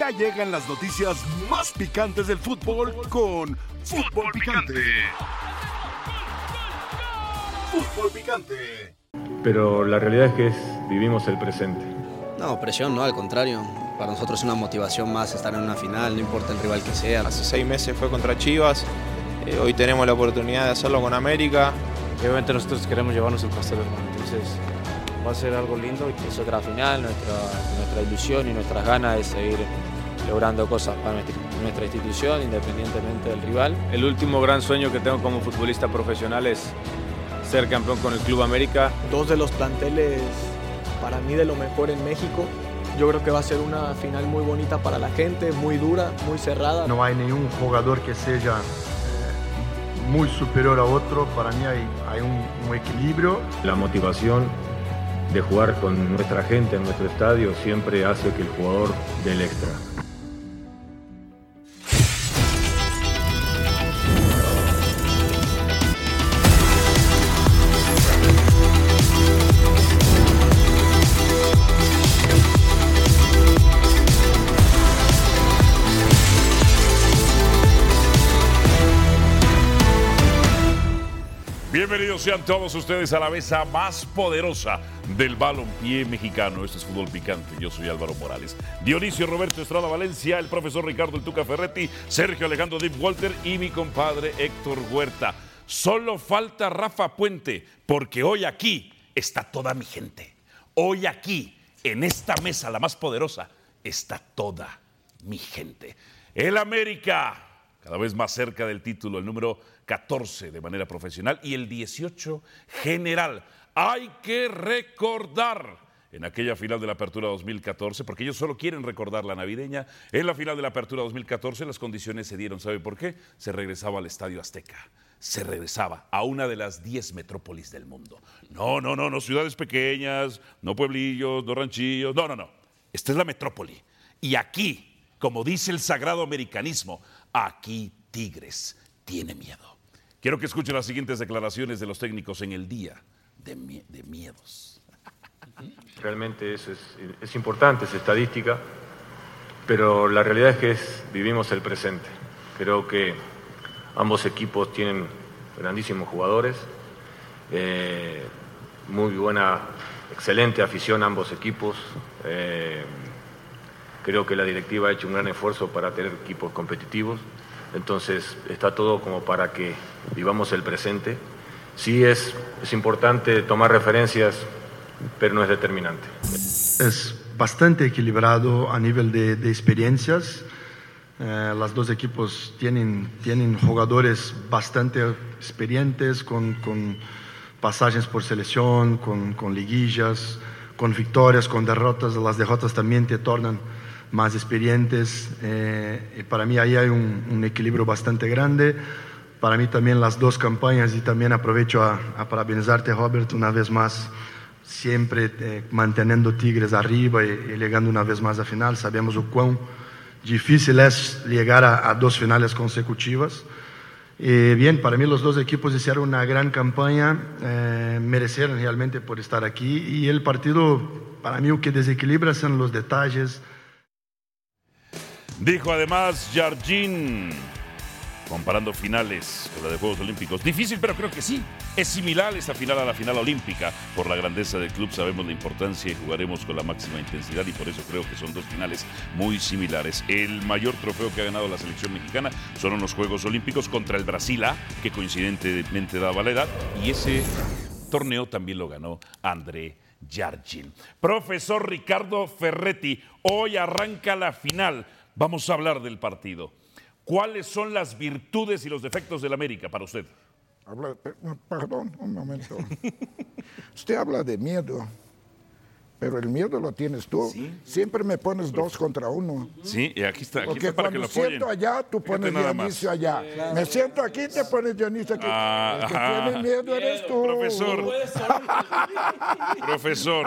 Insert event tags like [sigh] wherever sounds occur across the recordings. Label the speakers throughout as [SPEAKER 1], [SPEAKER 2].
[SPEAKER 1] Ya llegan las noticias más picantes del fútbol con Fútbol Picante. Fútbol Picante.
[SPEAKER 2] Pero la realidad es que es- vivimos el presente.
[SPEAKER 3] No, presión no, al contrario. Para nosotros es una motivación más estar en una final, no importa el rival que sea.
[SPEAKER 4] Hace seis meses fue contra Chivas, eh, hoy tenemos la oportunidad de hacerlo con América.
[SPEAKER 5] Y obviamente nosotros queremos llevarnos el pastel, hermano. Entonces va a ser algo lindo. Es otra final, nuestra, nuestra ilusión y nuestras ganas de seguir logrando cosas para nuestra, nuestra institución, independientemente del rival.
[SPEAKER 6] El último gran sueño que tengo como futbolista profesional es ser campeón con el Club América.
[SPEAKER 7] dos de los planteles para mí de lo mejor en México. Yo creo que va a ser una final muy bonita para la gente, muy dura, muy cerrada.
[SPEAKER 8] [laughs] No hay ningún jugador que sea eh, muy superior a otro. Para mí hay, hay un, un equilibrio.
[SPEAKER 2] La motivación de jugar con nuestra gente en nuestro estadio siempre hace que el jugador dé el extra.
[SPEAKER 9] Bienvenidos sean todos ustedes a la mesa más poderosa del balompié mexicano. Esto es Fútbol Picante. Yo soy Álvaro Morales. Dionisio Roberto Estrada Valencia, el profesor Ricardo El Tuca Ferretti, Sergio Alejandro Deep Walter y mi compadre Héctor Huerta. Solo falta Rafa Puente, porque hoy aquí está toda mi gente. Hoy aquí, en esta mesa, la más poderosa, está toda mi gente. El América cada vez más cerca del título, el número 14 de manera profesional y el 18 general. Hay que recordar en aquella final de la Apertura 2014, porque ellos solo quieren recordar la navideña, en la final de la Apertura 2014 las condiciones se dieron, ¿sabe por qué? Se regresaba al Estadio Azteca se regresaba a una de las 10 metrópolis del mundo. No, no, no, no ciudades pequeñas, no pueblillos, no ranchillos, no, no, no. Esta es la metrópoli. Y aquí, como dice el sagrado americanismo, aquí Tigres tiene miedo. Quiero que escuchen las siguientes declaraciones de los técnicos en el día de, mie- de miedos.
[SPEAKER 2] Realmente eso es, es importante, es estadística, pero la realidad es que es, vivimos el presente. Creo que ambos equipos tienen grandísimos jugadores, eh, muy buena, excelente afición ambos equipos. eh, creo que la directiva ha hecho un gran esfuerzo para tener equipos competitivos, entonces está todo como para que vivamos el presente. Sí es, es importante tomar referencias, pero no es determinante.
[SPEAKER 8] Es bastante equilibrado a nivel de, de experiencias. Eh, los dos equipos tienen, tienen jugadores bastante experientes con, con pasajes por selección, con, con liguillas, con victorias, con derrotas. Las derrotas también te tornan más experientes. Eh, y para mí ahí hay un, un equilibrio bastante grande. Para mí también las dos campañas y también aprovecho a, a parabenizarte, Robert, una vez más siempre eh, manteniendo Tigres arriba y, y llegando una vez más a final. Sabemos o cuán difícil es llegar a, a dos finales consecutivas. Eh, bien, para mí los dos equipos hicieron una gran campaña, eh, merecieron realmente por estar aquí y el partido, para mí, lo que desequilibra son los detalles,
[SPEAKER 9] Dijo además Jardín, comparando finales con la de Juegos Olímpicos. Difícil, pero creo que sí. Es similar esta final a la final olímpica. Por la grandeza del club sabemos la importancia y jugaremos con la máxima intensidad y por eso creo que son dos finales muy similares. El mayor trofeo que ha ganado la selección mexicana son unos Juegos Olímpicos contra el Brasil A, que coincidentemente daba la edad, y ese torneo también lo ganó André Yargin. Profesor Ricardo Ferretti, hoy arranca la final. Vamos a hablar del partido. ¿Cuáles son las virtudes y los defectos del América para usted?
[SPEAKER 10] Habla- pe- perdón, un momento. [laughs] Usted habla de miedo, pero el miedo lo tienes tú. Siempre me pones dos contra uno.
[SPEAKER 9] Sí, y aquí está, aquí
[SPEAKER 10] Porque
[SPEAKER 9] está para
[SPEAKER 10] cuando
[SPEAKER 9] que lo apoyen.
[SPEAKER 10] siento allá, tú
[SPEAKER 9] Fíjate
[SPEAKER 10] pones
[SPEAKER 9] nada más.
[SPEAKER 10] Dionisio allá. Me siento aquí, te pones Dionisio aquí.
[SPEAKER 9] Ah,
[SPEAKER 10] el que
[SPEAKER 9] ajá.
[SPEAKER 10] tiene miedo eres tú.
[SPEAKER 9] Profesor. Profesor,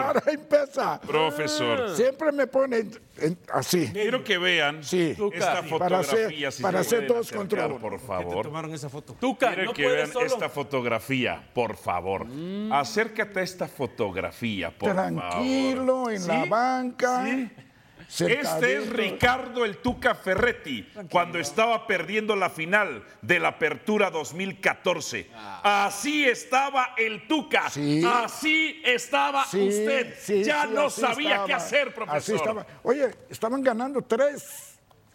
[SPEAKER 10] [laughs] Ahora empieza.
[SPEAKER 9] profesor.
[SPEAKER 10] Siempre me ponen en- así.
[SPEAKER 9] Quiero que vean
[SPEAKER 10] Sí.
[SPEAKER 9] esta fotografía.
[SPEAKER 10] Para hacer-
[SPEAKER 9] si
[SPEAKER 10] para
[SPEAKER 9] se
[SPEAKER 10] hacer
[SPEAKER 9] pueden
[SPEAKER 10] dos contra
[SPEAKER 9] acercar,
[SPEAKER 10] uno.
[SPEAKER 9] Por favor.
[SPEAKER 3] esa foto?
[SPEAKER 9] Quiero que vean esta fotografía, por favor. Acércate a esta fotografía, por favor.
[SPEAKER 10] Tranquilo, en la banca.
[SPEAKER 9] Sí. Este es Ricardo el Tuca Ferretti, cuando estaba perdiendo la final de la Apertura 2014.
[SPEAKER 10] Ah.
[SPEAKER 9] Así estaba el Tuca, así estaba
[SPEAKER 10] Sí,
[SPEAKER 9] usted.
[SPEAKER 10] sí,
[SPEAKER 9] ya
[SPEAKER 10] sí,
[SPEAKER 9] no
[SPEAKER 10] así
[SPEAKER 9] sabía qué
[SPEAKER 10] estaba.
[SPEAKER 9] hacer,
[SPEAKER 10] Así
[SPEAKER 9] profesor.
[SPEAKER 10] estaba. Oye, estaban ganando tres.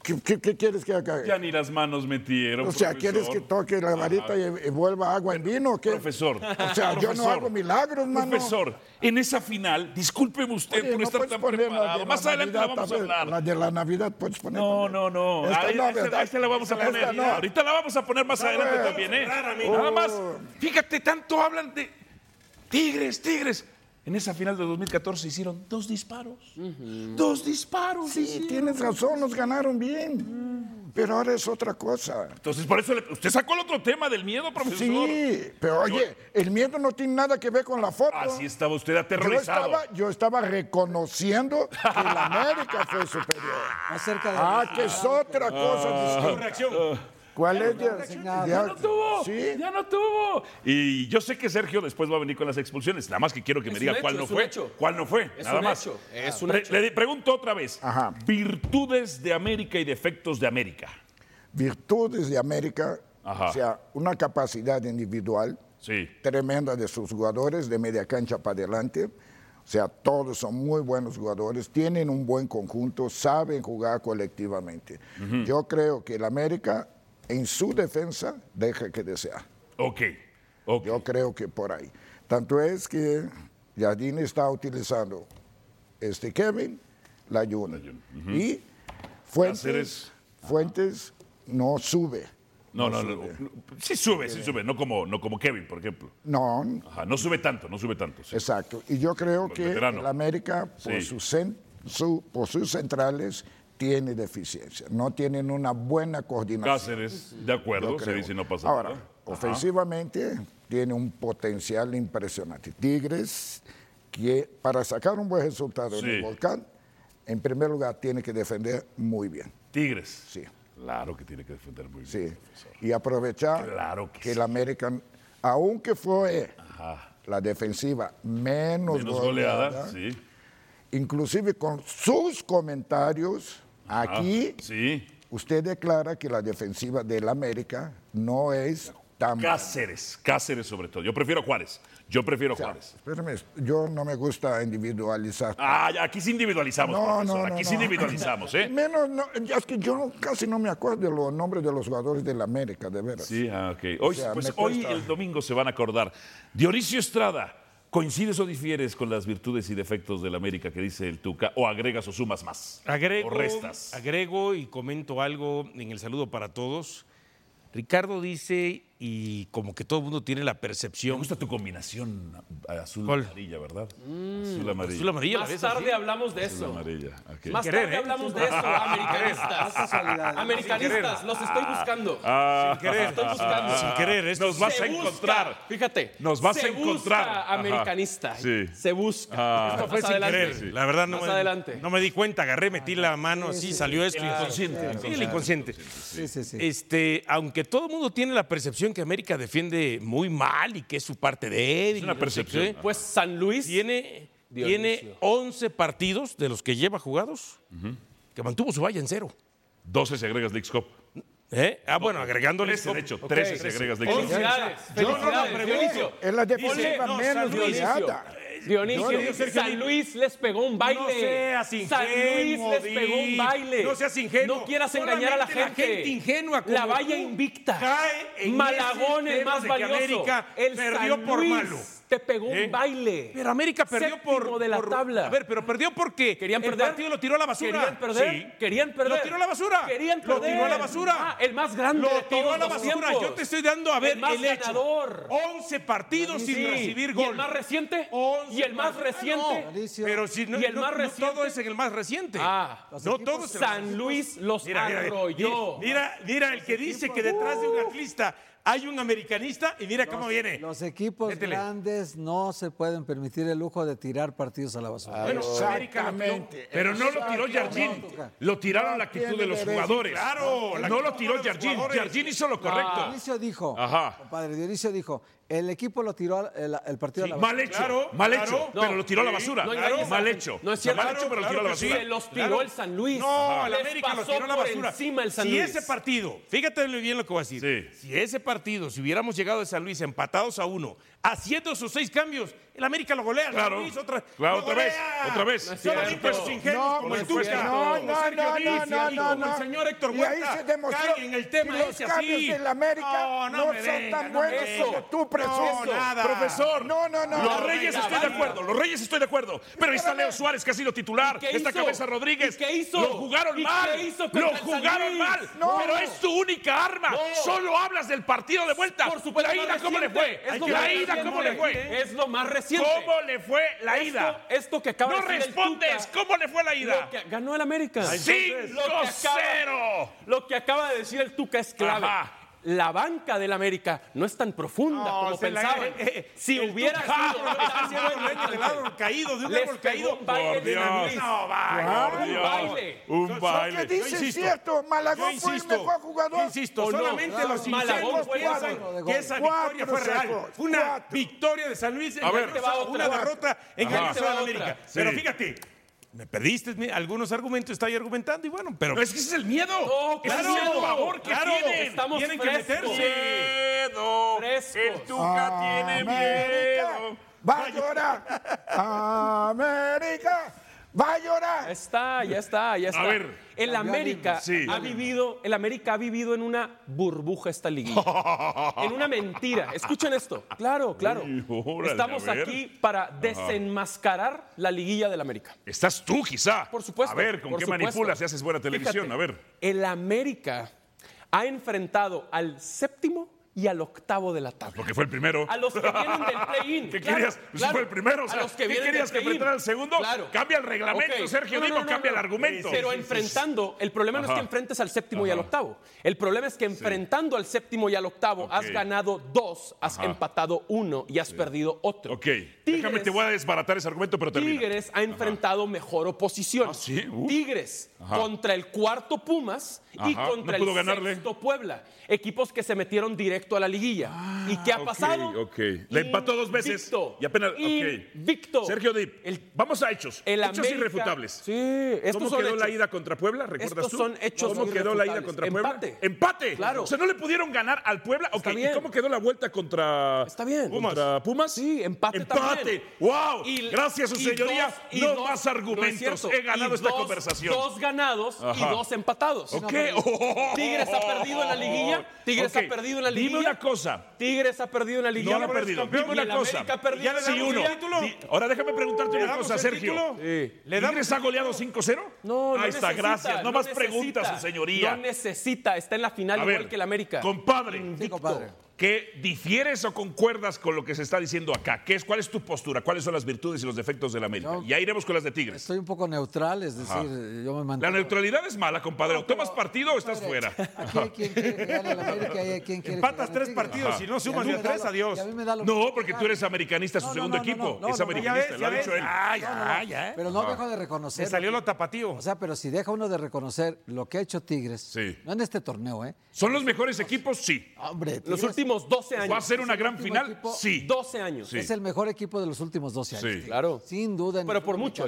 [SPEAKER 10] ¿Qué, qué- qué quieres que haga?
[SPEAKER 9] Ya ni las manos metieron.
[SPEAKER 10] O sea,
[SPEAKER 9] profesor.
[SPEAKER 10] ¿quieres que toque la varita y, y vuelva agua en vino o qué?
[SPEAKER 9] Profesor.
[SPEAKER 10] O sea, yo no
[SPEAKER 9] Profesor.
[SPEAKER 10] hago milagros, mano.
[SPEAKER 9] Profesor, en esa final, discúlpeme usted
[SPEAKER 10] Oye,
[SPEAKER 9] por
[SPEAKER 10] no
[SPEAKER 9] estar
[SPEAKER 10] puedes
[SPEAKER 9] tan
[SPEAKER 10] poner la de
[SPEAKER 9] preparado.
[SPEAKER 10] la
[SPEAKER 9] Más adelante la
[SPEAKER 10] Navidad,
[SPEAKER 9] vamos a
[SPEAKER 10] tal vez.
[SPEAKER 9] hablar.
[SPEAKER 10] La de la Navidad puedes poner.
[SPEAKER 9] No, no, no.
[SPEAKER 10] Esta
[SPEAKER 9] Ahí,
[SPEAKER 10] no,
[SPEAKER 9] ahí se-
[SPEAKER 10] ¿verdad?
[SPEAKER 9] ahí se la vamos a
[SPEAKER 10] Esta
[SPEAKER 9] poner.
[SPEAKER 10] no.
[SPEAKER 9] Ahorita la vamos a poner más adelante también, ¿eh? Nada más. Fíjate, tanto hablan de Tigres, Tigres. En esa final de 2014 hicieron dos disparos. Dos disparos.
[SPEAKER 10] Sí, tienes razón, nos ganaron bien. Pero ahora es otra cosa.
[SPEAKER 9] Entonces, por eso le- usted sacó el otro tema del miedo, profesor.
[SPEAKER 10] Sí, pero oye, el miedo no tiene nada que ver con la foto.
[SPEAKER 9] Así estaba usted
[SPEAKER 10] Yo
[SPEAKER 9] aterrorizado.
[SPEAKER 10] estaba, yo estaba reconociendo que
[SPEAKER 9] [laughs]
[SPEAKER 10] la América fue superior. ah, que es otra
[SPEAKER 9] Ah.
[SPEAKER 10] cosa distinta. ¿Cuál es? Ya,
[SPEAKER 9] Ya no tuvo. Ya no tuvo. Y yo sé que Sergio después va a venir con las expulsiones. Nada más que quiero que me
[SPEAKER 11] Es
[SPEAKER 9] diga
[SPEAKER 11] un hecho,
[SPEAKER 9] cuál no
[SPEAKER 11] es un
[SPEAKER 9] fue.
[SPEAKER 11] hecho.
[SPEAKER 9] ¿Cuál no fue?
[SPEAKER 11] Es
[SPEAKER 9] Nada
[SPEAKER 11] un
[SPEAKER 9] más.
[SPEAKER 11] hecho, es un
[SPEAKER 9] Pre-
[SPEAKER 11] hecho.
[SPEAKER 9] Le pregunto otra vez. Virtudes de América y defectos de América.
[SPEAKER 10] Virtudes de América,
[SPEAKER 9] Ajá.
[SPEAKER 10] o sea, una capacidad individual
[SPEAKER 9] Sí.
[SPEAKER 10] tremenda de sus jugadores, de media cancha para adelante. O sea, todos son muy buenos jugadores, tienen un buen conjunto, saben jugar colectivamente.
[SPEAKER 9] Ujú.
[SPEAKER 10] Yo creo que el América, en su defensa, deja que desear.
[SPEAKER 9] Ok.
[SPEAKER 10] Yo creo que por ahí. Tanto es que Jardine está utilizando este Kevin, la Yuna.
[SPEAKER 9] ujú.
[SPEAKER 10] Y
[SPEAKER 9] Cáceres.
[SPEAKER 10] Fuentes, Fuentes no sube.
[SPEAKER 9] No, no, no. Sí sube, sí sube. No como, no como Kevin, por ejemplo.
[SPEAKER 10] No,
[SPEAKER 9] Ajá, no sube tanto, no sube tanto. sí.
[SPEAKER 10] Exacto. Y yo creo que
[SPEAKER 9] veterano.
[SPEAKER 10] el América, pues, por,
[SPEAKER 9] Sí.
[SPEAKER 10] sus cen- su- por sus centrales, tiene deficiencia. No tienen una buena coordinación.
[SPEAKER 9] Cáceres, de acuerdo,
[SPEAKER 10] Yo
[SPEAKER 9] se
[SPEAKER 10] creo.
[SPEAKER 9] dice no pasa
[SPEAKER 10] Ahora,
[SPEAKER 9] nada. Ajá.
[SPEAKER 10] ofensivamente, tiene un potencial impresionante. Tigres, que para sacar un buen resultado en
[SPEAKER 9] Sí.
[SPEAKER 10] el volcán, en primer lugar, tiene que defender muy bien.
[SPEAKER 9] Tigres. Sí. Claro que tiene que defender muy bien.
[SPEAKER 10] Sí. Y aprovechar que, el American, aunque fue la defensiva menos,
[SPEAKER 9] Menos
[SPEAKER 10] goleada,
[SPEAKER 9] goleada, sí.
[SPEAKER 10] inclusive con sus comentarios aquí, usted declara que la defensiva del América no es tan buena.
[SPEAKER 9] Cáceres, Cáceres sobre todo. Yo prefiero a Juárez. Yo prefiero a Juárez.
[SPEAKER 10] Espérame, yo no me gusta individualizar.
[SPEAKER 9] Ah, ya, aquí sí individualizamos,
[SPEAKER 10] No,
[SPEAKER 9] profesor.
[SPEAKER 10] no, no,
[SPEAKER 9] aquí
[SPEAKER 10] no.
[SPEAKER 9] sí
[SPEAKER 10] [laughs]
[SPEAKER 9] individualizamos, ¿eh?
[SPEAKER 10] Menos, no, ya es que yo no- casi no me acuerdo de los nombres de los jugadores del América, de veras.
[SPEAKER 9] Sí, ah, ok. Hoy,
[SPEAKER 10] O sea,
[SPEAKER 9] pues
[SPEAKER 10] me
[SPEAKER 9] hoy
[SPEAKER 10] cuesta.
[SPEAKER 9] el domingo se van a acordar. Dionisio Estrada, ¿coincides o difieres con las virtudes y defectos del América que dice el Tuca? ¿O agregas o sumas más?
[SPEAKER 11] Agrego,
[SPEAKER 9] ¿O restas?
[SPEAKER 11] agrego y comento algo en el saludo para todos. Ricardo dice, y como que todo el mundo tiene la percepción. Me
[SPEAKER 9] gusta tu combinación azul-amarilla, ¿verdad?
[SPEAKER 12] Mm.
[SPEAKER 9] Azul-amarilla.
[SPEAKER 11] Azul-amarilla.
[SPEAKER 12] Más tarde hablamos de eso.
[SPEAKER 9] Azul-amarilla, ok.
[SPEAKER 12] Más
[SPEAKER 9] Sin
[SPEAKER 12] tarde
[SPEAKER 9] querer, ¿eh?
[SPEAKER 12] hablamos de eso,
[SPEAKER 9] Más
[SPEAKER 12] americanistas.
[SPEAKER 9] casualidades. Sin
[SPEAKER 12] Americanistas,
[SPEAKER 9] querer.
[SPEAKER 12] los estoy buscando.
[SPEAKER 9] Ah.
[SPEAKER 12] Sin querer. Los estoy buscando.
[SPEAKER 9] Sin querer, esto Nos vas
[SPEAKER 12] Se
[SPEAKER 9] a
[SPEAKER 12] busca.
[SPEAKER 9] encontrar.
[SPEAKER 12] Fíjate.
[SPEAKER 9] Nos vas
[SPEAKER 12] se
[SPEAKER 9] a encontrar.
[SPEAKER 12] Busca
[SPEAKER 9] Ajá.
[SPEAKER 12] americanista.
[SPEAKER 9] Sí.
[SPEAKER 12] Se busca.
[SPEAKER 9] Ah.
[SPEAKER 12] Esto
[SPEAKER 11] Esto fue
[SPEAKER 12] más
[SPEAKER 11] sin
[SPEAKER 12] adelante.
[SPEAKER 11] querer. La verdad no
[SPEAKER 12] Más
[SPEAKER 11] me,
[SPEAKER 12] adelante.
[SPEAKER 11] no me di cuenta, agarré, metí la mano así, salió esto.
[SPEAKER 12] Claro,
[SPEAKER 11] inconsciente.
[SPEAKER 12] claro,
[SPEAKER 11] Sí, el
[SPEAKER 12] claro.
[SPEAKER 11] inconsciente. Este, aunque todo el mundo tiene la percepción que América defiende muy mal y que es su parte débil.
[SPEAKER 12] Es una
[SPEAKER 11] y no sé
[SPEAKER 12] percepción.
[SPEAKER 11] qué,
[SPEAKER 12] Pues San Luis
[SPEAKER 11] tiene, tiene 11 partidos de los que lleva jugados que mantuvo su valla en cero.
[SPEAKER 9] 12 si agregas Leagues Cup.
[SPEAKER 11] ¿Eh? Ah, bueno, agregando Leagues
[SPEAKER 9] 13, de
[SPEAKER 11] Cup.
[SPEAKER 9] hecho, 13 si
[SPEAKER 11] Ok.
[SPEAKER 9] agregas Leagues Cup.
[SPEAKER 12] Felicidades,
[SPEAKER 11] Yo no la
[SPEAKER 12] felicidades, Dionisio.
[SPEAKER 11] pregunto.
[SPEAKER 10] Es la defensiva
[SPEAKER 12] Oye, no,
[SPEAKER 10] menos
[SPEAKER 12] San Luis.
[SPEAKER 10] goleada.
[SPEAKER 12] Dionisio,
[SPEAKER 10] Dionisio, Sergio,
[SPEAKER 12] San Luis les pegó un baile.
[SPEAKER 11] No seas
[SPEAKER 12] San Luis
[SPEAKER 11] ingenuo,
[SPEAKER 12] les pegó un
[SPEAKER 11] Vic.
[SPEAKER 12] baile.
[SPEAKER 11] No seas ingenuo.
[SPEAKER 12] No quieras engañar a la gente.
[SPEAKER 11] Solamente la gente ingenua como
[SPEAKER 12] La valla
[SPEAKER 11] tú
[SPEAKER 12] invicta.
[SPEAKER 11] cae en
[SPEAKER 12] Malagón
[SPEAKER 11] ese
[SPEAKER 12] el más
[SPEAKER 11] tema de que
[SPEAKER 12] valioso.
[SPEAKER 11] América
[SPEAKER 12] el
[SPEAKER 11] perdió
[SPEAKER 12] San
[SPEAKER 11] por
[SPEAKER 12] Luis
[SPEAKER 11] malo. ¿Eh?
[SPEAKER 12] Te pegó un baile.
[SPEAKER 11] Pero América perdió
[SPEAKER 12] Séptimo
[SPEAKER 11] por-
[SPEAKER 12] de la
[SPEAKER 11] por-
[SPEAKER 12] tabla.
[SPEAKER 11] A ver, pero perdió porque
[SPEAKER 12] Querían
[SPEAKER 11] el
[SPEAKER 12] perder.
[SPEAKER 11] partido lo tiró a la basura.
[SPEAKER 12] Querían perder.
[SPEAKER 11] Sí.
[SPEAKER 12] Querían perder.
[SPEAKER 11] Lo tiró a la basura.
[SPEAKER 12] Querían
[SPEAKER 11] Lo
[SPEAKER 12] perder.
[SPEAKER 11] tiró a la basura.
[SPEAKER 12] Ah, el más grande
[SPEAKER 11] Lo
[SPEAKER 12] de
[SPEAKER 11] tiró
[SPEAKER 12] todos
[SPEAKER 11] a la
[SPEAKER 12] los
[SPEAKER 11] basura.
[SPEAKER 12] tiempos.
[SPEAKER 11] Yo te estoy dando a ver
[SPEAKER 12] el, más
[SPEAKER 11] hecho.
[SPEAKER 12] ganador.
[SPEAKER 11] 11 partidos sin
[SPEAKER 12] Sí.
[SPEAKER 11] recibir
[SPEAKER 12] ¿Y
[SPEAKER 11] gol.
[SPEAKER 12] el más reciente? ¿Y el más reciente?
[SPEAKER 11] Ah, no. Pero si no,
[SPEAKER 12] ¿Y el
[SPEAKER 11] no-
[SPEAKER 12] más
[SPEAKER 11] no
[SPEAKER 12] reciente?
[SPEAKER 11] todo es en el más reciente.
[SPEAKER 12] Ah. Los
[SPEAKER 11] no
[SPEAKER 12] equipos-
[SPEAKER 11] todo es en el
[SPEAKER 12] San
[SPEAKER 11] más reciente.
[SPEAKER 12] Luis los arrolló.
[SPEAKER 11] Mira, mira el que dice que detrás de un atlista hay un americanista y mira cómo viene.
[SPEAKER 13] Los equipos
[SPEAKER 11] Métele.
[SPEAKER 13] grandes no se pueden permitir el lujo de tirar partidos a la basura.
[SPEAKER 11] Bueno, América lo tiró,
[SPEAKER 9] Pero no lo tiró Jardín. Lo tiraron la actitud de los jugadores.
[SPEAKER 11] Claro, la
[SPEAKER 9] No lo
[SPEAKER 11] actitud
[SPEAKER 9] tiró
[SPEAKER 11] de los
[SPEAKER 9] Jardín.
[SPEAKER 11] jugadores.
[SPEAKER 9] Jardín hizo lo
[SPEAKER 13] Ah,
[SPEAKER 9] correcto.
[SPEAKER 12] Ah.
[SPEAKER 13] Dionisio dijo,
[SPEAKER 9] Ajá.
[SPEAKER 13] compadre, Dionisio dijo, El equipo lo tiró al- el, el partido a la
[SPEAKER 11] mal
[SPEAKER 13] basura.
[SPEAKER 11] hecho, mal hecho, pero lo tiró a la basura. mal hecho.
[SPEAKER 12] No es cierto.
[SPEAKER 11] Mal hecho, pero lo
[SPEAKER 12] Claro
[SPEAKER 11] tiró a la
[SPEAKER 12] que sí,
[SPEAKER 11] basura.
[SPEAKER 12] Se los tiró
[SPEAKER 11] Claro.
[SPEAKER 12] el San Luis.
[SPEAKER 11] No, el
[SPEAKER 12] Les
[SPEAKER 11] América los
[SPEAKER 12] pasó
[SPEAKER 11] tiró a la
[SPEAKER 12] por
[SPEAKER 11] basura.
[SPEAKER 12] encima el San
[SPEAKER 11] si
[SPEAKER 12] Luis.
[SPEAKER 11] ese partido, fíjate lo bien lo que voy a decir. Si ese partido, si hubiéramos llegado de San Luis empatados a uno, haciendo sus seis cambios, el América lo golea.
[SPEAKER 9] Claro.
[SPEAKER 11] San Luis otra,
[SPEAKER 9] Claro,
[SPEAKER 11] lo
[SPEAKER 9] otra
[SPEAKER 11] golea.
[SPEAKER 9] vez, otra vez. No es
[SPEAKER 11] Solamente
[SPEAKER 9] cierto.
[SPEAKER 11] los ingenuos
[SPEAKER 9] No,
[SPEAKER 11] como el
[SPEAKER 9] no es
[SPEAKER 11] Tuca.
[SPEAKER 9] cierto.
[SPEAKER 11] como
[SPEAKER 9] No, no,
[SPEAKER 11] Sergio
[SPEAKER 9] no,
[SPEAKER 11] Díaz,
[SPEAKER 9] no, no,
[SPEAKER 11] como
[SPEAKER 9] no.
[SPEAKER 11] El señor Héctor
[SPEAKER 9] Y ahí
[SPEAKER 11] Huerta.
[SPEAKER 9] se demostró
[SPEAKER 11] caen en el tema
[SPEAKER 9] que los
[SPEAKER 11] ese
[SPEAKER 9] cambios
[SPEAKER 11] así.
[SPEAKER 9] del América
[SPEAKER 11] no,
[SPEAKER 9] no
[SPEAKER 11] me
[SPEAKER 9] son
[SPEAKER 11] venga,
[SPEAKER 9] tan
[SPEAKER 11] no
[SPEAKER 9] buenos
[SPEAKER 11] me venga.
[SPEAKER 9] como tú presumes.
[SPEAKER 11] No, nada.
[SPEAKER 9] Profesor. No, no, no. Los
[SPEAKER 11] No,
[SPEAKER 9] Reyes
[SPEAKER 11] venga,
[SPEAKER 9] estoy de
[SPEAKER 11] vaya.
[SPEAKER 9] acuerdo, los Reyes estoy de acuerdo. Pero ahí está Leo Suárez que ha sido titular.
[SPEAKER 11] ¿Y qué
[SPEAKER 9] Está
[SPEAKER 11] hizo?
[SPEAKER 9] Cabeza Rodríguez.
[SPEAKER 11] ¿Y qué hizo?
[SPEAKER 9] Lo jugaron
[SPEAKER 11] ¿Y qué
[SPEAKER 9] mal.
[SPEAKER 11] hizo contra
[SPEAKER 9] Lo
[SPEAKER 11] el San
[SPEAKER 9] jugaron
[SPEAKER 11] Luis?
[SPEAKER 9] mal.
[SPEAKER 11] No.
[SPEAKER 9] Pero es tu única arma.
[SPEAKER 11] No.
[SPEAKER 9] Solo hablas del partido de vuelta.
[SPEAKER 11] Por supuesto,
[SPEAKER 9] La
[SPEAKER 11] más
[SPEAKER 9] ida cómo le
[SPEAKER 11] reciente.
[SPEAKER 9] fue.
[SPEAKER 11] Es lo
[SPEAKER 9] La
[SPEAKER 11] más
[SPEAKER 9] ida cómo le
[SPEAKER 11] reciente.
[SPEAKER 9] fue.
[SPEAKER 11] Es lo más reciente.
[SPEAKER 9] ¿Cómo le fue la
[SPEAKER 11] Esto-
[SPEAKER 9] ida?
[SPEAKER 11] esto que acaba
[SPEAKER 9] No
[SPEAKER 11] de decir el
[SPEAKER 9] respondes.
[SPEAKER 11] Tuca.
[SPEAKER 9] ¿Cómo le fue la ida?
[SPEAKER 11] Lo que- ganó el América.
[SPEAKER 9] Entonces,
[SPEAKER 11] Lo que acaba-
[SPEAKER 9] 5-0.
[SPEAKER 11] Lo que acaba de decir el Tuca es clave. La banca del América no es tan profunda como
[SPEAKER 12] se la-
[SPEAKER 11] pensaban.
[SPEAKER 12] eh, eh,
[SPEAKER 11] si
[SPEAKER 12] el
[SPEAKER 11] hubiera
[SPEAKER 12] Tuca.
[SPEAKER 11] sido lo que está haciendo el dueño del árbol
[SPEAKER 9] caído,
[SPEAKER 11] de un
[SPEAKER 12] Les
[SPEAKER 11] árbol caído.
[SPEAKER 12] pegó un baile
[SPEAKER 11] Por
[SPEAKER 12] de
[SPEAKER 11] Dios.
[SPEAKER 12] San Luis.
[SPEAKER 11] No, vaya,
[SPEAKER 12] Claro,
[SPEAKER 11] por
[SPEAKER 12] un
[SPEAKER 11] Dios.
[SPEAKER 12] baile.
[SPEAKER 9] Un
[SPEAKER 12] Son- son
[SPEAKER 9] baile.
[SPEAKER 12] que
[SPEAKER 9] Yo
[SPEAKER 12] dices
[SPEAKER 9] insisto.
[SPEAKER 12] cierto, Malagón
[SPEAKER 9] Yo
[SPEAKER 12] fue el
[SPEAKER 9] insisto.
[SPEAKER 12] mejor jugador.
[SPEAKER 9] Yo Insisto,
[SPEAKER 12] ¿O no?
[SPEAKER 14] Ah,
[SPEAKER 9] solamente
[SPEAKER 12] Claro.
[SPEAKER 9] los
[SPEAKER 12] Malagón
[SPEAKER 9] ingenuos
[SPEAKER 12] fue
[SPEAKER 9] piensan
[SPEAKER 12] cuatro de gol.
[SPEAKER 9] que esa victoria fue
[SPEAKER 12] Cuatro,
[SPEAKER 9] real.
[SPEAKER 12] Sergio,
[SPEAKER 9] Fue una
[SPEAKER 12] cuatro.
[SPEAKER 9] victoria de San Luis en
[SPEAKER 12] A ver. Ahí te va otra.
[SPEAKER 9] una derrota en
[SPEAKER 12] Ajá.
[SPEAKER 9] de
[SPEAKER 12] Ahí te va
[SPEAKER 9] América.
[SPEAKER 12] otra.
[SPEAKER 9] Pero
[SPEAKER 12] Sí.
[SPEAKER 9] fíjate, me perdiste mi- algunos argumentos, estoy argumentando y bueno, pero... es que ese es el miedo.
[SPEAKER 11] No,
[SPEAKER 9] Ese
[SPEAKER 11] claro.
[SPEAKER 9] es el favor que
[SPEAKER 11] Claro,
[SPEAKER 9] tienen.
[SPEAKER 11] estamos
[SPEAKER 9] tienen
[SPEAKER 11] frescos.
[SPEAKER 9] que meterse. Miedo. El
[SPEAKER 12] Ah,
[SPEAKER 9] Tuca tiene miedo.
[SPEAKER 10] Va a llorar. América. Va a llorar.
[SPEAKER 12] Está, ya está, ya está.
[SPEAKER 10] ver.
[SPEAKER 12] el
[SPEAKER 10] Cambió
[SPEAKER 12] América
[SPEAKER 10] de- sí.
[SPEAKER 12] ha vivido, el América ha vivido en una burbuja esta liguilla. en una mentira. Escuchen esto. Claro, claro.
[SPEAKER 9] Uy, órale,
[SPEAKER 12] Estamos
[SPEAKER 9] a ver.
[SPEAKER 12] aquí para desenmascarar la liguilla del América.
[SPEAKER 9] Estás tú, quizá.
[SPEAKER 12] Por supuesto.
[SPEAKER 9] A ver, ¿con
[SPEAKER 12] por
[SPEAKER 9] qué
[SPEAKER 12] supuesto.
[SPEAKER 9] manipulas y haces buena televisión?
[SPEAKER 12] Fíjate,
[SPEAKER 9] A ver.
[SPEAKER 12] El América ha enfrentado al séptimo y al octavo de la tabla.
[SPEAKER 9] Porque fue el primero.
[SPEAKER 12] A los que vienen del play-in.
[SPEAKER 9] [laughs] ¿Qué
[SPEAKER 12] claro,
[SPEAKER 9] querías? Pues
[SPEAKER 12] claro.
[SPEAKER 9] fue el primero. O sea,
[SPEAKER 12] a los que
[SPEAKER 9] ¿Qué
[SPEAKER 12] vienen del
[SPEAKER 9] querías que
[SPEAKER 12] play-in.
[SPEAKER 9] enfrentara al segundo?
[SPEAKER 12] Claro.
[SPEAKER 9] Cambia el reglamento,
[SPEAKER 12] Ok.
[SPEAKER 9] Sergio
[SPEAKER 12] No, no,
[SPEAKER 9] Digo,
[SPEAKER 12] no, no,
[SPEAKER 9] cambia
[SPEAKER 12] no.
[SPEAKER 9] el argumento.
[SPEAKER 12] Pero enfrentando, el problema no es
[SPEAKER 9] Ajá.
[SPEAKER 12] que enfrentes al séptimo y al octavo. El problema es que enfrentando al séptimo y al octavo has ganado dos, has
[SPEAKER 9] Ajá.
[SPEAKER 12] empatado uno y has perdido otro.
[SPEAKER 9] Ok. Déjame, te voy a desbaratar ese argumento, pero termina. Ah,
[SPEAKER 12] Tigres ha enfrentado mejor oposición. Tigres
[SPEAKER 9] uh. Ajá.
[SPEAKER 12] contra el cuarto Pumas y
[SPEAKER 9] Ajá,
[SPEAKER 12] contra
[SPEAKER 9] no pudo
[SPEAKER 12] el
[SPEAKER 9] ganarle.
[SPEAKER 12] sexto Puebla. Equipos que se metieron directo a la liguilla. ¿Y qué ha pasado?
[SPEAKER 9] Ah, Ok, ok. Le empató dos veces. Y apenas. Ok.
[SPEAKER 12] Invicto.
[SPEAKER 9] Sergio Dip. Vamos a hechos.
[SPEAKER 12] el
[SPEAKER 9] hechos
[SPEAKER 12] América-
[SPEAKER 9] irrefutables.
[SPEAKER 12] Sí, estos
[SPEAKER 9] ¿Cómo
[SPEAKER 12] son
[SPEAKER 9] quedó la
[SPEAKER 12] hechos.
[SPEAKER 9] ida contra Puebla? ¿Recuerdas
[SPEAKER 12] Estos
[SPEAKER 9] tú?
[SPEAKER 12] son hechos
[SPEAKER 9] ¿Cómo quedó la ida
[SPEAKER 12] irrefutables.
[SPEAKER 9] contra Puebla?
[SPEAKER 12] Empate.
[SPEAKER 9] Empate.
[SPEAKER 12] Claro.
[SPEAKER 9] O sea, no le pudieron ganar al Puebla. Ok. ¿Y cómo quedó la vuelta contra Está bien. Pumas? Contra Pumas? Sí,
[SPEAKER 12] empate
[SPEAKER 9] Empate.
[SPEAKER 12] también.
[SPEAKER 9] ¡Wow!
[SPEAKER 12] Y-
[SPEAKER 9] Gracias, su
[SPEAKER 12] y
[SPEAKER 9] señoría.
[SPEAKER 12] dos- y
[SPEAKER 9] no
[SPEAKER 12] dos-
[SPEAKER 9] más
[SPEAKER 12] no es
[SPEAKER 9] argumentos.
[SPEAKER 12] cierto.
[SPEAKER 9] He ganado
[SPEAKER 12] Y
[SPEAKER 9] esta
[SPEAKER 12] dos-
[SPEAKER 9] conversación.
[SPEAKER 12] Dos ganados
[SPEAKER 9] Ajá.
[SPEAKER 12] y dos empatados.
[SPEAKER 9] Ok. Oh.
[SPEAKER 12] Tigres ha perdido en la liguilla. Tigres
[SPEAKER 9] Ok.
[SPEAKER 12] ha perdido en la
[SPEAKER 9] Dime
[SPEAKER 12] liguilla.
[SPEAKER 9] una cosa.
[SPEAKER 12] Tigres ha perdido en la liguilla.
[SPEAKER 9] No ha perdido.
[SPEAKER 12] Y
[SPEAKER 9] Dime
[SPEAKER 12] el
[SPEAKER 9] una cosa.
[SPEAKER 12] América ha perdido en la
[SPEAKER 9] Sí, uno.
[SPEAKER 12] liguilla.
[SPEAKER 9] Di- Ahora déjame preguntarte
[SPEAKER 12] ¿Le
[SPEAKER 9] una
[SPEAKER 12] damos
[SPEAKER 9] cosa,
[SPEAKER 12] el
[SPEAKER 9] Sergio.
[SPEAKER 12] título?
[SPEAKER 9] ¿Le damos ha goleado 5-0?
[SPEAKER 12] No, no
[SPEAKER 9] Ahí está,
[SPEAKER 12] necesita,
[SPEAKER 9] gracias. No, más
[SPEAKER 12] necesita,
[SPEAKER 9] preguntas, su señoría.
[SPEAKER 12] No necesita, está en la final
[SPEAKER 9] A
[SPEAKER 12] igual
[SPEAKER 9] ver,
[SPEAKER 12] que el América.
[SPEAKER 9] Compadre,
[SPEAKER 12] compadre.
[SPEAKER 9] ¿qué difieres o concuerdas con lo que se está diciendo acá? ¿Qué es, ¿Cuál es tu postura? ¿Cuáles son las virtudes y los defectos del América? y ahí iremos con las de Tigres.
[SPEAKER 13] Estoy un poco neutral, es decir,
[SPEAKER 9] Ajá.
[SPEAKER 13] yo me
[SPEAKER 9] La
[SPEAKER 13] mantengo.
[SPEAKER 9] neutralidad es mala, compadre. ¿O tomas partido o estás fuera?
[SPEAKER 13] Empatas
[SPEAKER 9] tres partidos
[SPEAKER 13] y no sumas de a tres, adiós.
[SPEAKER 9] No, porque tú eres americanista, su
[SPEAKER 13] No, no,
[SPEAKER 9] segundo
[SPEAKER 13] no, no,
[SPEAKER 9] equipo.
[SPEAKER 13] no,
[SPEAKER 9] es
[SPEAKER 13] no, no,
[SPEAKER 9] americanista,
[SPEAKER 13] ya ves,
[SPEAKER 9] lo ha
[SPEAKER 13] ya
[SPEAKER 9] dicho
[SPEAKER 13] ves.
[SPEAKER 9] él.
[SPEAKER 13] No, no, no, Pero no dejo de reconocer.
[SPEAKER 9] Le salió
[SPEAKER 13] lo tapatío. O sea, pero si deja uno de reconocer lo que ha hecho Tigres, no en este torneo, ¿eh?
[SPEAKER 9] ¿Son los mejores equipos? Sí.
[SPEAKER 13] Hombre,
[SPEAKER 9] Los
[SPEAKER 13] Tigres-
[SPEAKER 9] últimos 12 años. ¿Va a ser
[SPEAKER 13] Es
[SPEAKER 9] una
[SPEAKER 13] el
[SPEAKER 9] gran
[SPEAKER 13] último
[SPEAKER 9] final?
[SPEAKER 13] equipo-
[SPEAKER 9] Sí.
[SPEAKER 12] 12 años.
[SPEAKER 13] Es el mejor equipo de los últimos 12 años.
[SPEAKER 9] Sí.
[SPEAKER 13] Claro. Sin duda.
[SPEAKER 12] Pero por mucho,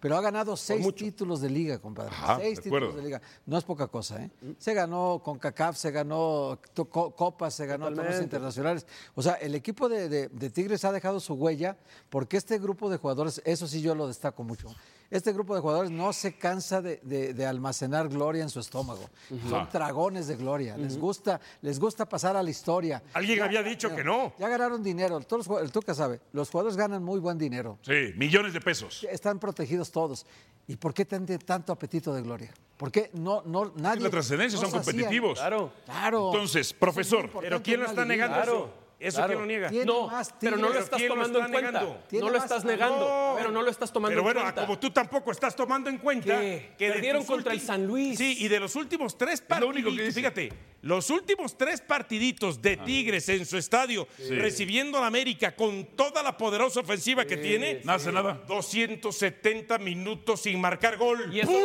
[SPEAKER 13] Pero ha ganado seis títulos de liga, compadre.
[SPEAKER 9] Ajá,
[SPEAKER 13] seis
[SPEAKER 9] de
[SPEAKER 13] títulos
[SPEAKER 9] acuerdo.
[SPEAKER 13] de liga. No es poca cosa, ¿eh?
[SPEAKER 12] Mm.
[SPEAKER 13] Se ganó con CACAF, se ganó to- co- Copas, se ganó torneos
[SPEAKER 12] Totalmente.
[SPEAKER 13] internacionales. O sea, el equipo de, de- de Tigres ha dejado su huella porque este grupo de jugadores, eso sí yo lo destaco mucho. Este grupo de jugadores no se cansa de, de- de almacenar gloria en su estómago.
[SPEAKER 15] Ujú.
[SPEAKER 9] Ah.
[SPEAKER 13] Son dragones de gloria. Les gusta, les gusta pasar a la historia.
[SPEAKER 9] Alguien había dicho que no.
[SPEAKER 13] Ya ganaron dinero. Todos los jugad- el Tuca sabe, los jugadores ganan muy buen dinero.
[SPEAKER 9] Sí, millones de pesos.
[SPEAKER 13] Están protegidos todos. ¿Y por qué tan- tanto apetito de gloria? ¿Por qué no, no, nadie?
[SPEAKER 9] La trascendencia
[SPEAKER 13] no
[SPEAKER 9] son
[SPEAKER 13] se hacía?
[SPEAKER 9] competitivos. Claro.
[SPEAKER 13] Claro.
[SPEAKER 9] Entonces,
[SPEAKER 13] Es muy
[SPEAKER 9] profesor.
[SPEAKER 13] importante una liguilla. Tiene
[SPEAKER 12] No,
[SPEAKER 13] más
[SPEAKER 12] pero no lo
[SPEAKER 13] Tigres.
[SPEAKER 12] estás tomando en cuenta.
[SPEAKER 13] Tiene
[SPEAKER 12] No lo
[SPEAKER 13] más-
[SPEAKER 12] estás negando,
[SPEAKER 13] No.
[SPEAKER 12] pero no lo estás tomando
[SPEAKER 14] Pero bueno,
[SPEAKER 12] en cuenta.
[SPEAKER 14] como tú tampoco estás tomando en cuenta
[SPEAKER 12] ¿Qué?
[SPEAKER 14] que de
[SPEAKER 12] Perdieron
[SPEAKER 14] tus
[SPEAKER 12] contra
[SPEAKER 14] ulti-
[SPEAKER 12] el San Luis.
[SPEAKER 14] Sí, y de los últimos tres partiditos, fíjate, los últimos tres partiditos de Tigres en su estadio,
[SPEAKER 9] Sí.
[SPEAKER 14] recibiendo a la América con toda la poderosa ofensiva que tiene,
[SPEAKER 9] No hace nada.
[SPEAKER 14] 270 minutos sin marcar gol.
[SPEAKER 12] Y eso,
[SPEAKER 14] ¡Pum!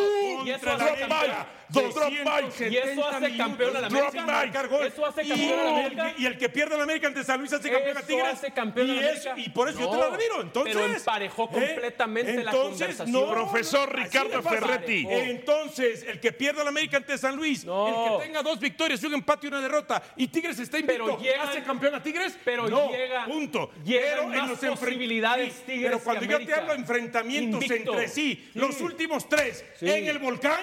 [SPEAKER 9] contra la América. de
[SPEAKER 14] Drop Mike.
[SPEAKER 9] 170 millones. Drop Mike.
[SPEAKER 14] Eso hace campeón a la América. Y el que pierde a la América ante San Luis hace campeón a
[SPEAKER 9] Eso
[SPEAKER 14] Tigres.
[SPEAKER 9] hace campeón a
[SPEAKER 14] y
[SPEAKER 9] la
[SPEAKER 14] eso-
[SPEAKER 9] América.
[SPEAKER 14] Y por eso yo te
[SPEAKER 9] No,
[SPEAKER 14] la admiro. Entonces, ¿eh?
[SPEAKER 9] pero emparejó completamente la conversación. Profesor
[SPEAKER 14] así
[SPEAKER 9] Ricardo
[SPEAKER 14] le pasa.
[SPEAKER 9] Ferretti.
[SPEAKER 14] Entonces, el que pierda la América ante San Luis, el que tenga dos victorias y un empate y una derrota, y Tigres está invicto,
[SPEAKER 12] Pero llegan-
[SPEAKER 14] hace campeón a Tigres,
[SPEAKER 12] pero
[SPEAKER 14] no,
[SPEAKER 12] llegan-
[SPEAKER 14] punto.
[SPEAKER 12] llegan
[SPEAKER 14] pero en
[SPEAKER 12] más
[SPEAKER 14] los enfren-
[SPEAKER 12] posibilidades
[SPEAKER 14] sí,
[SPEAKER 12] Tigres
[SPEAKER 14] Pero cuando
[SPEAKER 12] que
[SPEAKER 14] yo
[SPEAKER 12] América.
[SPEAKER 14] te hablo de enfrentamientos
[SPEAKER 12] Invicto.
[SPEAKER 14] entre sí,
[SPEAKER 12] Sí.
[SPEAKER 14] los últimos tres
[SPEAKER 12] Sí.
[SPEAKER 14] en el volcán,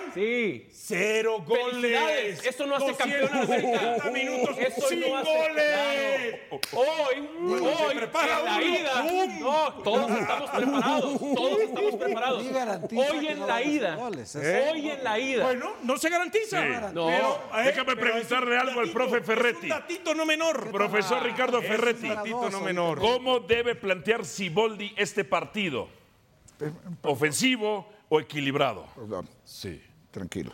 [SPEAKER 14] cero goles.
[SPEAKER 12] Felicidades. Eso no hace campeón a la América. Uh,
[SPEAKER 14] 270 minutos
[SPEAKER 12] Eso
[SPEAKER 14] sin
[SPEAKER 12] no hace-
[SPEAKER 14] goles.
[SPEAKER 12] Hoy,
[SPEAKER 14] Bueno, se
[SPEAKER 12] hoy,
[SPEAKER 14] prepara
[SPEAKER 12] en la
[SPEAKER 14] uno.
[SPEAKER 12] ida.
[SPEAKER 14] ¡Bum!
[SPEAKER 12] No, todos estamos preparados. Todos estamos preparados.
[SPEAKER 14] Ni garantiza
[SPEAKER 12] Hoy
[SPEAKER 14] que
[SPEAKER 12] en
[SPEAKER 14] no van
[SPEAKER 12] la
[SPEAKER 14] a hacer
[SPEAKER 12] ida.
[SPEAKER 14] goles,
[SPEAKER 9] eso.
[SPEAKER 12] Hoy en la ida.
[SPEAKER 14] Bueno, no se garantiza. eh,
[SPEAKER 9] Sí.
[SPEAKER 14] No.
[SPEAKER 9] Déjame preguntarle algo al profe Ferretti.
[SPEAKER 14] Datito no menor.
[SPEAKER 9] Profesor Ricardo
[SPEAKER 14] Es un
[SPEAKER 9] Ferretti,
[SPEAKER 14] datito no menor.
[SPEAKER 9] ¿cómo debe plantear Siboldi este partido? ¿Ofensivo o equilibrado?
[SPEAKER 10] Eh, Perdón.
[SPEAKER 9] Sí.
[SPEAKER 10] Tranquilo.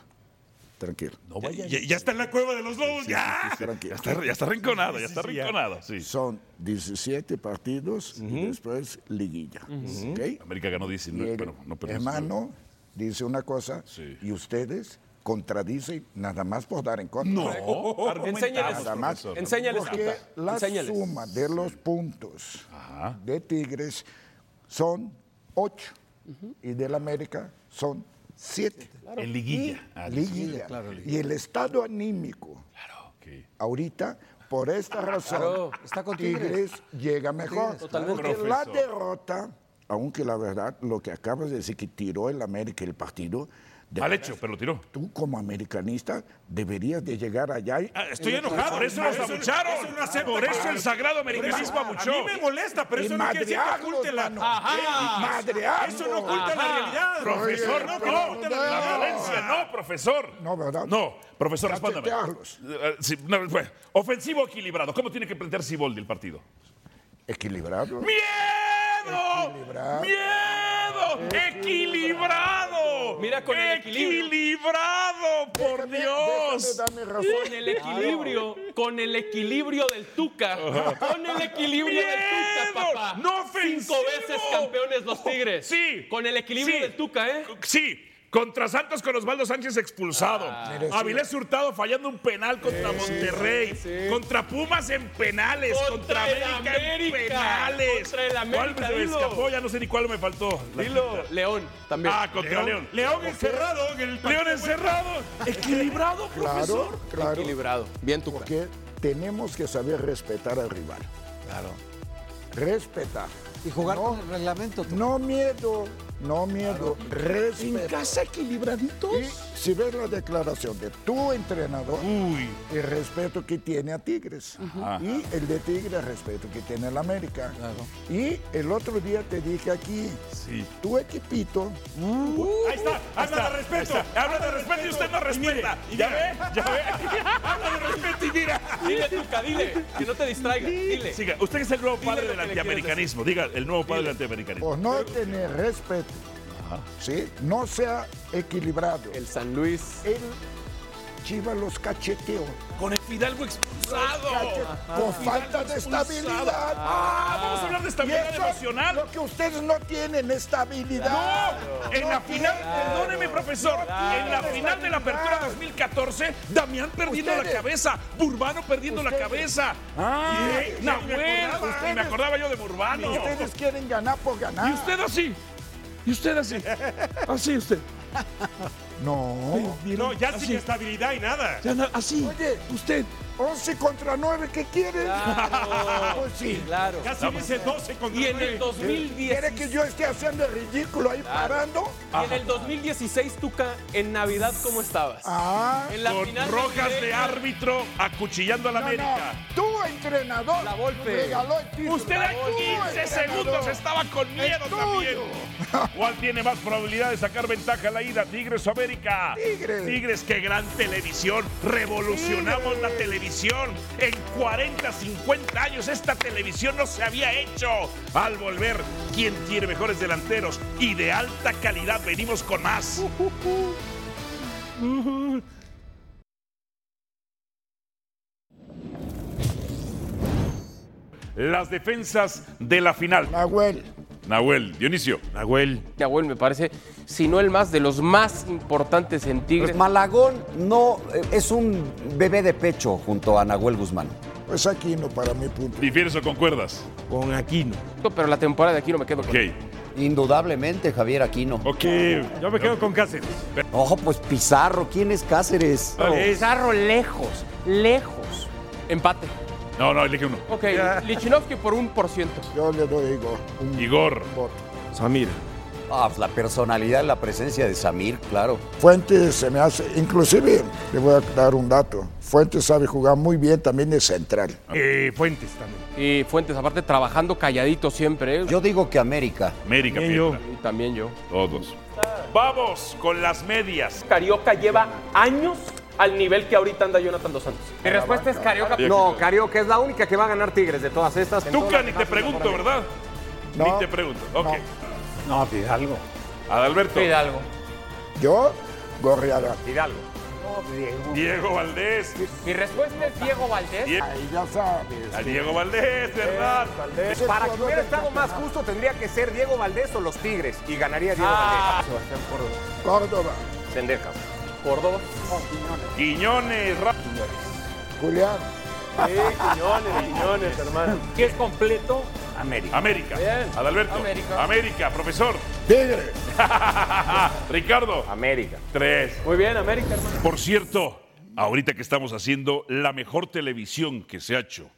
[SPEAKER 10] Tranquilo. No
[SPEAKER 9] Ya, ya está en la cueva de los lobos, ya. Ya está, ya está rinconado, ya está rinconado.
[SPEAKER 10] Son 17 partidos y después liguilla.
[SPEAKER 9] Ujú.
[SPEAKER 10] ¿ok?
[SPEAKER 9] América ganó 19,
[SPEAKER 10] Y el
[SPEAKER 9] pero no perdió.
[SPEAKER 10] Hermano dice una cosa y ustedes contradicen nada más por dar en contra.
[SPEAKER 9] [laughs]
[SPEAKER 12] No. Enséñales,
[SPEAKER 10] nada más.
[SPEAKER 12] profesor. Enséñales,
[SPEAKER 10] Porque
[SPEAKER 12] Tata.
[SPEAKER 10] la
[SPEAKER 12] Enséñales.
[SPEAKER 10] suma de los puntos de Tigres son 8 y del América son 7.
[SPEAKER 9] En liguilla. Ah,
[SPEAKER 10] Liguilla. Y el estado anímico ahorita, por esta razón,
[SPEAKER 13] Claro, está con
[SPEAKER 10] Tigres
[SPEAKER 13] Tigres.
[SPEAKER 10] llega mejor.
[SPEAKER 13] Tigres, totalmente.
[SPEAKER 10] Porque la
[SPEAKER 13] Profesor.
[SPEAKER 10] derrota, Tota, aunque la verdad, lo que acabas de decir que tiró el América el partido. Mal hecho,
[SPEAKER 9] pero lo tiró.
[SPEAKER 10] Tú, como americanista, deberías de llegar allá. y-
[SPEAKER 9] Ah, Estoy enojado, por eso nos abucharon. por eso el sagrado americanismo abuchó.
[SPEAKER 14] A mí me molesta, pero
[SPEAKER 9] Y
[SPEAKER 14] eso no quiere decir que
[SPEAKER 9] madrearlos,
[SPEAKER 14] oculte la.
[SPEAKER 9] mano. Ajá.
[SPEAKER 14] Eh,
[SPEAKER 9] Madrearlos.
[SPEAKER 14] Eso no oculta la
[SPEAKER 9] Ajá.
[SPEAKER 14] realidad.
[SPEAKER 9] Profesor,
[SPEAKER 14] Eso
[SPEAKER 9] no,
[SPEAKER 14] no oculta la
[SPEAKER 9] la
[SPEAKER 14] realidad.
[SPEAKER 9] violencia, no, profesor.
[SPEAKER 10] No, ¿verdad?
[SPEAKER 9] No, profesor,
[SPEAKER 10] Ya te
[SPEAKER 9] respóndame.
[SPEAKER 10] hablos.
[SPEAKER 9] Eh, sí, no, bueno, ofensivo o equilibrado, ¿cómo tiene que plantear Siboldi el partido?
[SPEAKER 10] Equilibrado.
[SPEAKER 9] ¡Miedo! ¡Miedo! ¡Equilibrado!
[SPEAKER 12] Mira, con el equilibrio.
[SPEAKER 9] ¡Equilibrado, por Dios!
[SPEAKER 12] Con el equilibrio, con el equilibrio del Tuca, con el equilibrio del Tuca, papá.
[SPEAKER 9] ¡No
[SPEAKER 12] Cinco veces campeones los Tigres. Sí. Con el equilibrio
[SPEAKER 9] Sí.
[SPEAKER 12] del Tuca, ¿eh?
[SPEAKER 9] Sí, contra Santos con Osvaldo Sánchez expulsado.
[SPEAKER 12] Merecido.
[SPEAKER 9] Avilés Hurtado fallando un penal contra Monterrey. Contra Pumas en penales. Contra,
[SPEAKER 12] Contra el
[SPEAKER 9] América,
[SPEAKER 12] América.
[SPEAKER 9] en penales.
[SPEAKER 12] Contra el América,
[SPEAKER 9] ¿Cuál me
[SPEAKER 12] dilo.
[SPEAKER 9] escapó? Ya no sé ni cuál me faltó.
[SPEAKER 12] Dilo, León también.
[SPEAKER 9] Ah, contra León.
[SPEAKER 14] León encerrado. en el
[SPEAKER 9] León encerrado. Equilibrado,
[SPEAKER 10] Claro,
[SPEAKER 9] profesor.
[SPEAKER 10] claro.
[SPEAKER 12] Equilibrado. Bien, tú.
[SPEAKER 10] Porque tenemos que saber respetar al rival. Claro. Respetar.
[SPEAKER 13] Y jugar
[SPEAKER 10] No,
[SPEAKER 13] con el reglamento.
[SPEAKER 10] No miedo, no miedo. Respeto. En casa equilibraditos. Y si ves la declaración de tu entrenador, el respeto que tiene a Tigres. Y el de Tigres, el respeto que tiene el América. Y el otro día te dije aquí, tu equipito.
[SPEAKER 9] Ahí está, habla de respeto. Habla de respeto y usted no respeta. ¿Ya ve? ¿Ya ve? habla de respeto y mira.
[SPEAKER 10] Ah.
[SPEAKER 12] Dile, Tuca, dile. Que no te distraigas. Dile.
[SPEAKER 9] Siga, usted es el nuevo padre
[SPEAKER 12] lo
[SPEAKER 9] del
[SPEAKER 12] que le quieres
[SPEAKER 9] antiamericanismo. Diga, el nuevo padre del antiamericanismo.
[SPEAKER 10] Por Pues no tener respeto, ¿sí? no sea equilibrado. El
[SPEAKER 12] San Luis.
[SPEAKER 10] El Chiva los cacheteó.
[SPEAKER 9] Con el Fidalgo expulsado.
[SPEAKER 10] Por falta de estabilidad.
[SPEAKER 9] Ah, vamos a hablar de estabilidad
[SPEAKER 10] Y eso,
[SPEAKER 9] emocional.
[SPEAKER 10] Lo que ustedes no tienen estabilidad.
[SPEAKER 9] No, en la final, perdóneme profesor, en la final de la apertura 2014, Damián perdiendo la
[SPEAKER 10] Ustedes.
[SPEAKER 9] cabeza, Burbano perdiendo la cabeza.
[SPEAKER 10] Ah.
[SPEAKER 9] Y, eh, Nahuel,
[SPEAKER 10] Ustedes.
[SPEAKER 9] este, me acordaba yo de Burbano.
[SPEAKER 10] Ustedes quieren ganar por ganar.
[SPEAKER 9] Y usted así. Y usted así. Así usted.
[SPEAKER 10] No.
[SPEAKER 14] No, ya sin estabilidad y nada.
[SPEAKER 10] así. Oye, usted. 11 contra 9, ¿qué quiere? pues sí.
[SPEAKER 12] Claro.
[SPEAKER 14] Casi dice 12 contra
[SPEAKER 12] Y en
[SPEAKER 14] nueve.
[SPEAKER 12] el 2010.
[SPEAKER 10] ¿Quiere que yo esté haciendo el ridículo ahí parando?
[SPEAKER 12] Y en el 2016, Tuca, en Navidad, ¿cómo estabas?
[SPEAKER 10] Ah.
[SPEAKER 12] En la
[SPEAKER 9] Con
[SPEAKER 12] final
[SPEAKER 9] rojas de
[SPEAKER 12] navideña,
[SPEAKER 9] árbitro acuchillando a la
[SPEAKER 10] No, no.
[SPEAKER 9] América.
[SPEAKER 10] Tu entrenador
[SPEAKER 12] La Volpe.
[SPEAKER 10] regaló el título.
[SPEAKER 9] Usted a
[SPEAKER 10] La Volpe.
[SPEAKER 9] 15
[SPEAKER 10] Tu
[SPEAKER 9] segundos
[SPEAKER 10] entrenador.
[SPEAKER 9] estaba con miedo
[SPEAKER 10] El
[SPEAKER 9] también.
[SPEAKER 10] tuyo.
[SPEAKER 9] ¿Cuál tiene más probabilidad de sacar ventaja a la ida? Tigres o América.
[SPEAKER 10] Tigres.
[SPEAKER 9] Tigres, qué gran televisión. Revolucionamos la televisión. En 40, 50 años esta televisión no se había hecho. Al volver, ¿quién tiene mejores delanteros? Y de alta calidad venimos con más. Las defensas de la final.
[SPEAKER 10] Nahuel.
[SPEAKER 9] Nahuel, Dionisio.
[SPEAKER 10] Nahuel.
[SPEAKER 12] Nahuel me parece, si no el más, de los más importantes en Tigres.
[SPEAKER 16] Pues Malagón no eh, es un bebé de pecho junto a Nahuel Guzmán.
[SPEAKER 14] Pues Aquino para mi punto.
[SPEAKER 9] ¿Difieres o concuerdas?
[SPEAKER 10] Con Aquino.
[SPEAKER 12] Pero la temporada de Aquino me quedo
[SPEAKER 16] con Indudablemente, Javier Aquino.
[SPEAKER 9] Ok,
[SPEAKER 10] yo me quedo con Cáceres.
[SPEAKER 16] Ojo, pues Pizarro, ¿quién es Cáceres?
[SPEAKER 12] Pizarro lejos, lejos. Empate.
[SPEAKER 9] No, no, elige uno.
[SPEAKER 12] Ok, Lichinov que por un por ciento.
[SPEAKER 14] Yo le doy a Igor. un
[SPEAKER 9] Igor.
[SPEAKER 14] voto.
[SPEAKER 10] Samir.
[SPEAKER 16] Ah, la personalidad, la presencia de Samir, claro.
[SPEAKER 14] Fuentes se me hace, inclusive le voy a dar un dato. Fuentes sabe jugar muy bien también de central.
[SPEAKER 10] Fuentes también.
[SPEAKER 12] Y Fuentes, aparte, trabajando calladito siempre.
[SPEAKER 16] Yo digo que América.
[SPEAKER 9] América,
[SPEAKER 12] también yo. Y también yo.
[SPEAKER 9] Todos. Vamos con las medias.
[SPEAKER 17] Carioca lleva años al nivel que ahorita anda Jonathan Dos Santos.
[SPEAKER 12] Mi respuesta es Carioca.
[SPEAKER 2] No, Carioca es la única que va a ganar Tigres de todas estas.
[SPEAKER 9] Tuca, ni te pregunto, ¿verdad? Ni te pregunto. Ok.
[SPEAKER 2] No, Fidalgo.
[SPEAKER 9] Adalberto.
[SPEAKER 12] Fidalgo.
[SPEAKER 14] Yo, Gorriarán.
[SPEAKER 12] Hidalgo.
[SPEAKER 9] Diego. Valdés.
[SPEAKER 12] Mi respuesta es Diego Valdés.
[SPEAKER 14] Ahí ya sabes.
[SPEAKER 9] A Diego Valdés, ¿verdad?
[SPEAKER 2] Para que hubiera estado más justo tendría que ser Diego Valdés o los Tigres y ganaría Diego
[SPEAKER 12] Ah.
[SPEAKER 2] Valdés. Sebastián Córdoba.
[SPEAKER 14] Córdoba.
[SPEAKER 2] Sendejas.
[SPEAKER 12] Córdoba.
[SPEAKER 9] Quiñones. Ra-
[SPEAKER 14] Julián.
[SPEAKER 17] Sí, Quiñones, Quiñones, hermano. ¿Qué es completo?
[SPEAKER 9] América. América. Adalberto.
[SPEAKER 17] América.
[SPEAKER 9] América, profesor.
[SPEAKER 14] Tigre.
[SPEAKER 9] [laughs] Ricardo.
[SPEAKER 2] América.
[SPEAKER 9] Tres.
[SPEAKER 17] Muy bien, América, hermano.
[SPEAKER 9] Por cierto, ahorita que estamos haciendo la mejor televisión que se ha hecho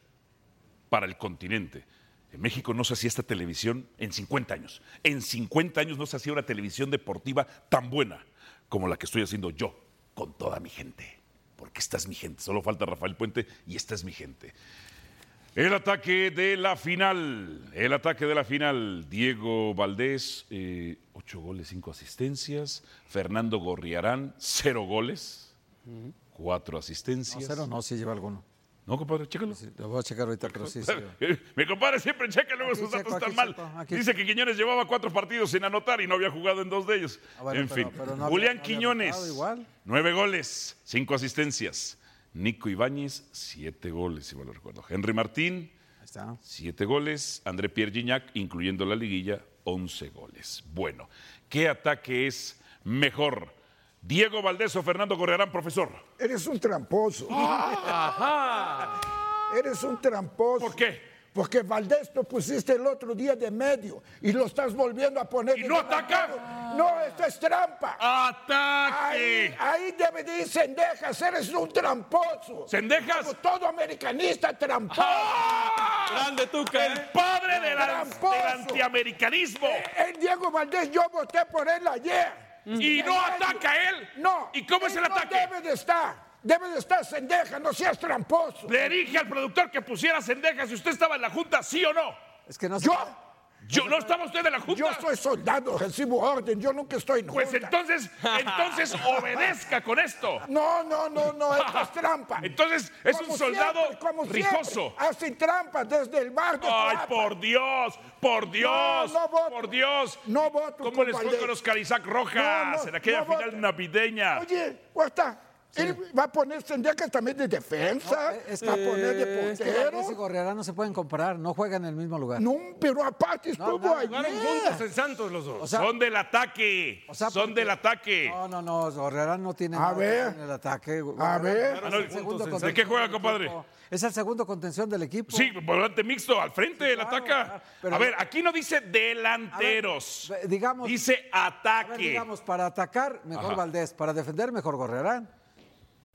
[SPEAKER 9] para el continente. En México no se hacía esta televisión en 50 años. En 50 años no se hacía una televisión deportiva tan buena como la que estoy haciendo yo con toda mi gente. Porque esta es mi gente. Solo falta Rafael Puente y esta es mi gente. El ataque de la final. El ataque de la final. Diego Valdés, eh, ocho goles, cinco asistencias. Fernando Gorriarán, cero goles, cuatro asistencias.
[SPEAKER 13] No, cero no, sí lleva alguno.
[SPEAKER 9] No, compadre, chécalo.
[SPEAKER 13] lo voy a checar ahorita, pero sí. sí.
[SPEAKER 9] [laughs] Mi compadre siempre checa luego
[SPEAKER 13] Aquí
[SPEAKER 9] sus
[SPEAKER 13] checo,
[SPEAKER 9] datos tan
[SPEAKER 13] aquí
[SPEAKER 9] mal.
[SPEAKER 13] checo, aquí
[SPEAKER 9] Dice que Quiñones llevaba cuatro partidos sin anotar y no había jugado en dos de ellos.
[SPEAKER 13] Ah, bueno,
[SPEAKER 9] en
[SPEAKER 13] pero-
[SPEAKER 9] fin,
[SPEAKER 13] pero no había-
[SPEAKER 9] Julián
[SPEAKER 13] no había
[SPEAKER 9] Quiñones,
[SPEAKER 13] anotado igual.
[SPEAKER 9] nueve goles, cinco asistencias. Nico Ibáñez, siete goles, si mal no recuerdo. Henry Martín, siete goles. André Pierre Gignac, incluyendo la liguilla, once goles. Bueno, ¿qué ataque es mejor? Diego Valdés o Fernando Correrán, profesor. ¡Ah!
[SPEAKER 14] Eres un tramposo. Eres un tramposo. ¿Por
[SPEAKER 9] qué?
[SPEAKER 14] Porque Valdés lo pusiste el otro día de medio y lo estás volviendo a poner. ¿Y no ataca? No, esto es trampa.
[SPEAKER 9] ¡Ataque!
[SPEAKER 14] Ahí, ahí debe de ir Sendejas, eres un tramposo.
[SPEAKER 9] ¿Sendejas?
[SPEAKER 14] Como todo americanista tramposo. ¡Ah!
[SPEAKER 9] Grande Tuca. ¿eh? El padre del,
[SPEAKER 14] Tramposo.
[SPEAKER 9] del antiamericanismo.
[SPEAKER 14] Eh, El Diego Valdés, yo voté por él ayer.
[SPEAKER 9] Mm. Y no ataca él.
[SPEAKER 14] No.
[SPEAKER 9] ¿Y cómo es
[SPEAKER 14] él
[SPEAKER 9] el
[SPEAKER 14] no
[SPEAKER 9] ataque?
[SPEAKER 14] Debe de estar. Debe de estar Sendejas, no seas tramposo.
[SPEAKER 9] Le dije al productor que pusiera sendejas si usted estaba en la junta, ¿sí o no?
[SPEAKER 13] Es que no
[SPEAKER 14] ¿Yo?
[SPEAKER 9] Yo no estaba usted en la junta.
[SPEAKER 14] Yo soy soldado, recibo orden, yo nunca estoy en
[SPEAKER 9] Pues
[SPEAKER 14] junta.
[SPEAKER 9] entonces,
[SPEAKER 14] [laughs]
[SPEAKER 9] entonces obedezca con esto.
[SPEAKER 14] No, no, no, no, esto es trampa.
[SPEAKER 9] [laughs] Entonces es
[SPEAKER 14] Como
[SPEAKER 9] un soldado
[SPEAKER 14] siempre, como siempre,
[SPEAKER 9] rijoso.
[SPEAKER 14] hacen trampa desde el mar de
[SPEAKER 9] Ay,
[SPEAKER 14] Tlapa.
[SPEAKER 9] por Dios, por Dios,
[SPEAKER 14] No, no voto.
[SPEAKER 9] por Dios.
[SPEAKER 14] No voto
[SPEAKER 9] ¿Cómo
[SPEAKER 14] por
[SPEAKER 9] les fue
[SPEAKER 14] Valdés.
[SPEAKER 9] con los Carizac Rojas
[SPEAKER 14] No, no,
[SPEAKER 9] en aquella
[SPEAKER 14] no
[SPEAKER 9] final navideña?
[SPEAKER 14] Oye, guarda, él va a poner Sendejas también de defensa, va a poner de
[SPEAKER 13] Es que Valdés y
[SPEAKER 14] portero.
[SPEAKER 13] Gorriarán no se pueden comparar, no juegan en el mismo lugar.
[SPEAKER 14] No, pero aparte
[SPEAKER 13] No,
[SPEAKER 14] estuvo
[SPEAKER 13] no,
[SPEAKER 14] ayer.
[SPEAKER 13] jugaron
[SPEAKER 10] juntos en Santos los dos.
[SPEAKER 13] O sea-
[SPEAKER 9] son del ataque, son
[SPEAKER 13] porque-
[SPEAKER 9] del ataque.
[SPEAKER 13] No, no, no, Gorriarán no tiene
[SPEAKER 14] A
[SPEAKER 13] nada que
[SPEAKER 14] ver.
[SPEAKER 13] ver en el ataque.
[SPEAKER 14] A ver.
[SPEAKER 13] Es el
[SPEAKER 9] Manuel,
[SPEAKER 13] segundo
[SPEAKER 9] ¿De qué
[SPEAKER 13] contención
[SPEAKER 9] juega,
[SPEAKER 13] del
[SPEAKER 9] compadre?
[SPEAKER 13] equipo. Es el segundo contención del equipo.
[SPEAKER 9] Sí, volante mixto, al frente, él ataca.
[SPEAKER 13] pero-
[SPEAKER 9] a ver, aquí no dice delanteros.
[SPEAKER 13] Eh, Digamos,
[SPEAKER 9] dice
[SPEAKER 13] a ver,
[SPEAKER 9] ataque.
[SPEAKER 13] digamos, para atacar, mejor
[SPEAKER 9] Ajá.
[SPEAKER 13] Valdés, para defender, mejor Gorriarán.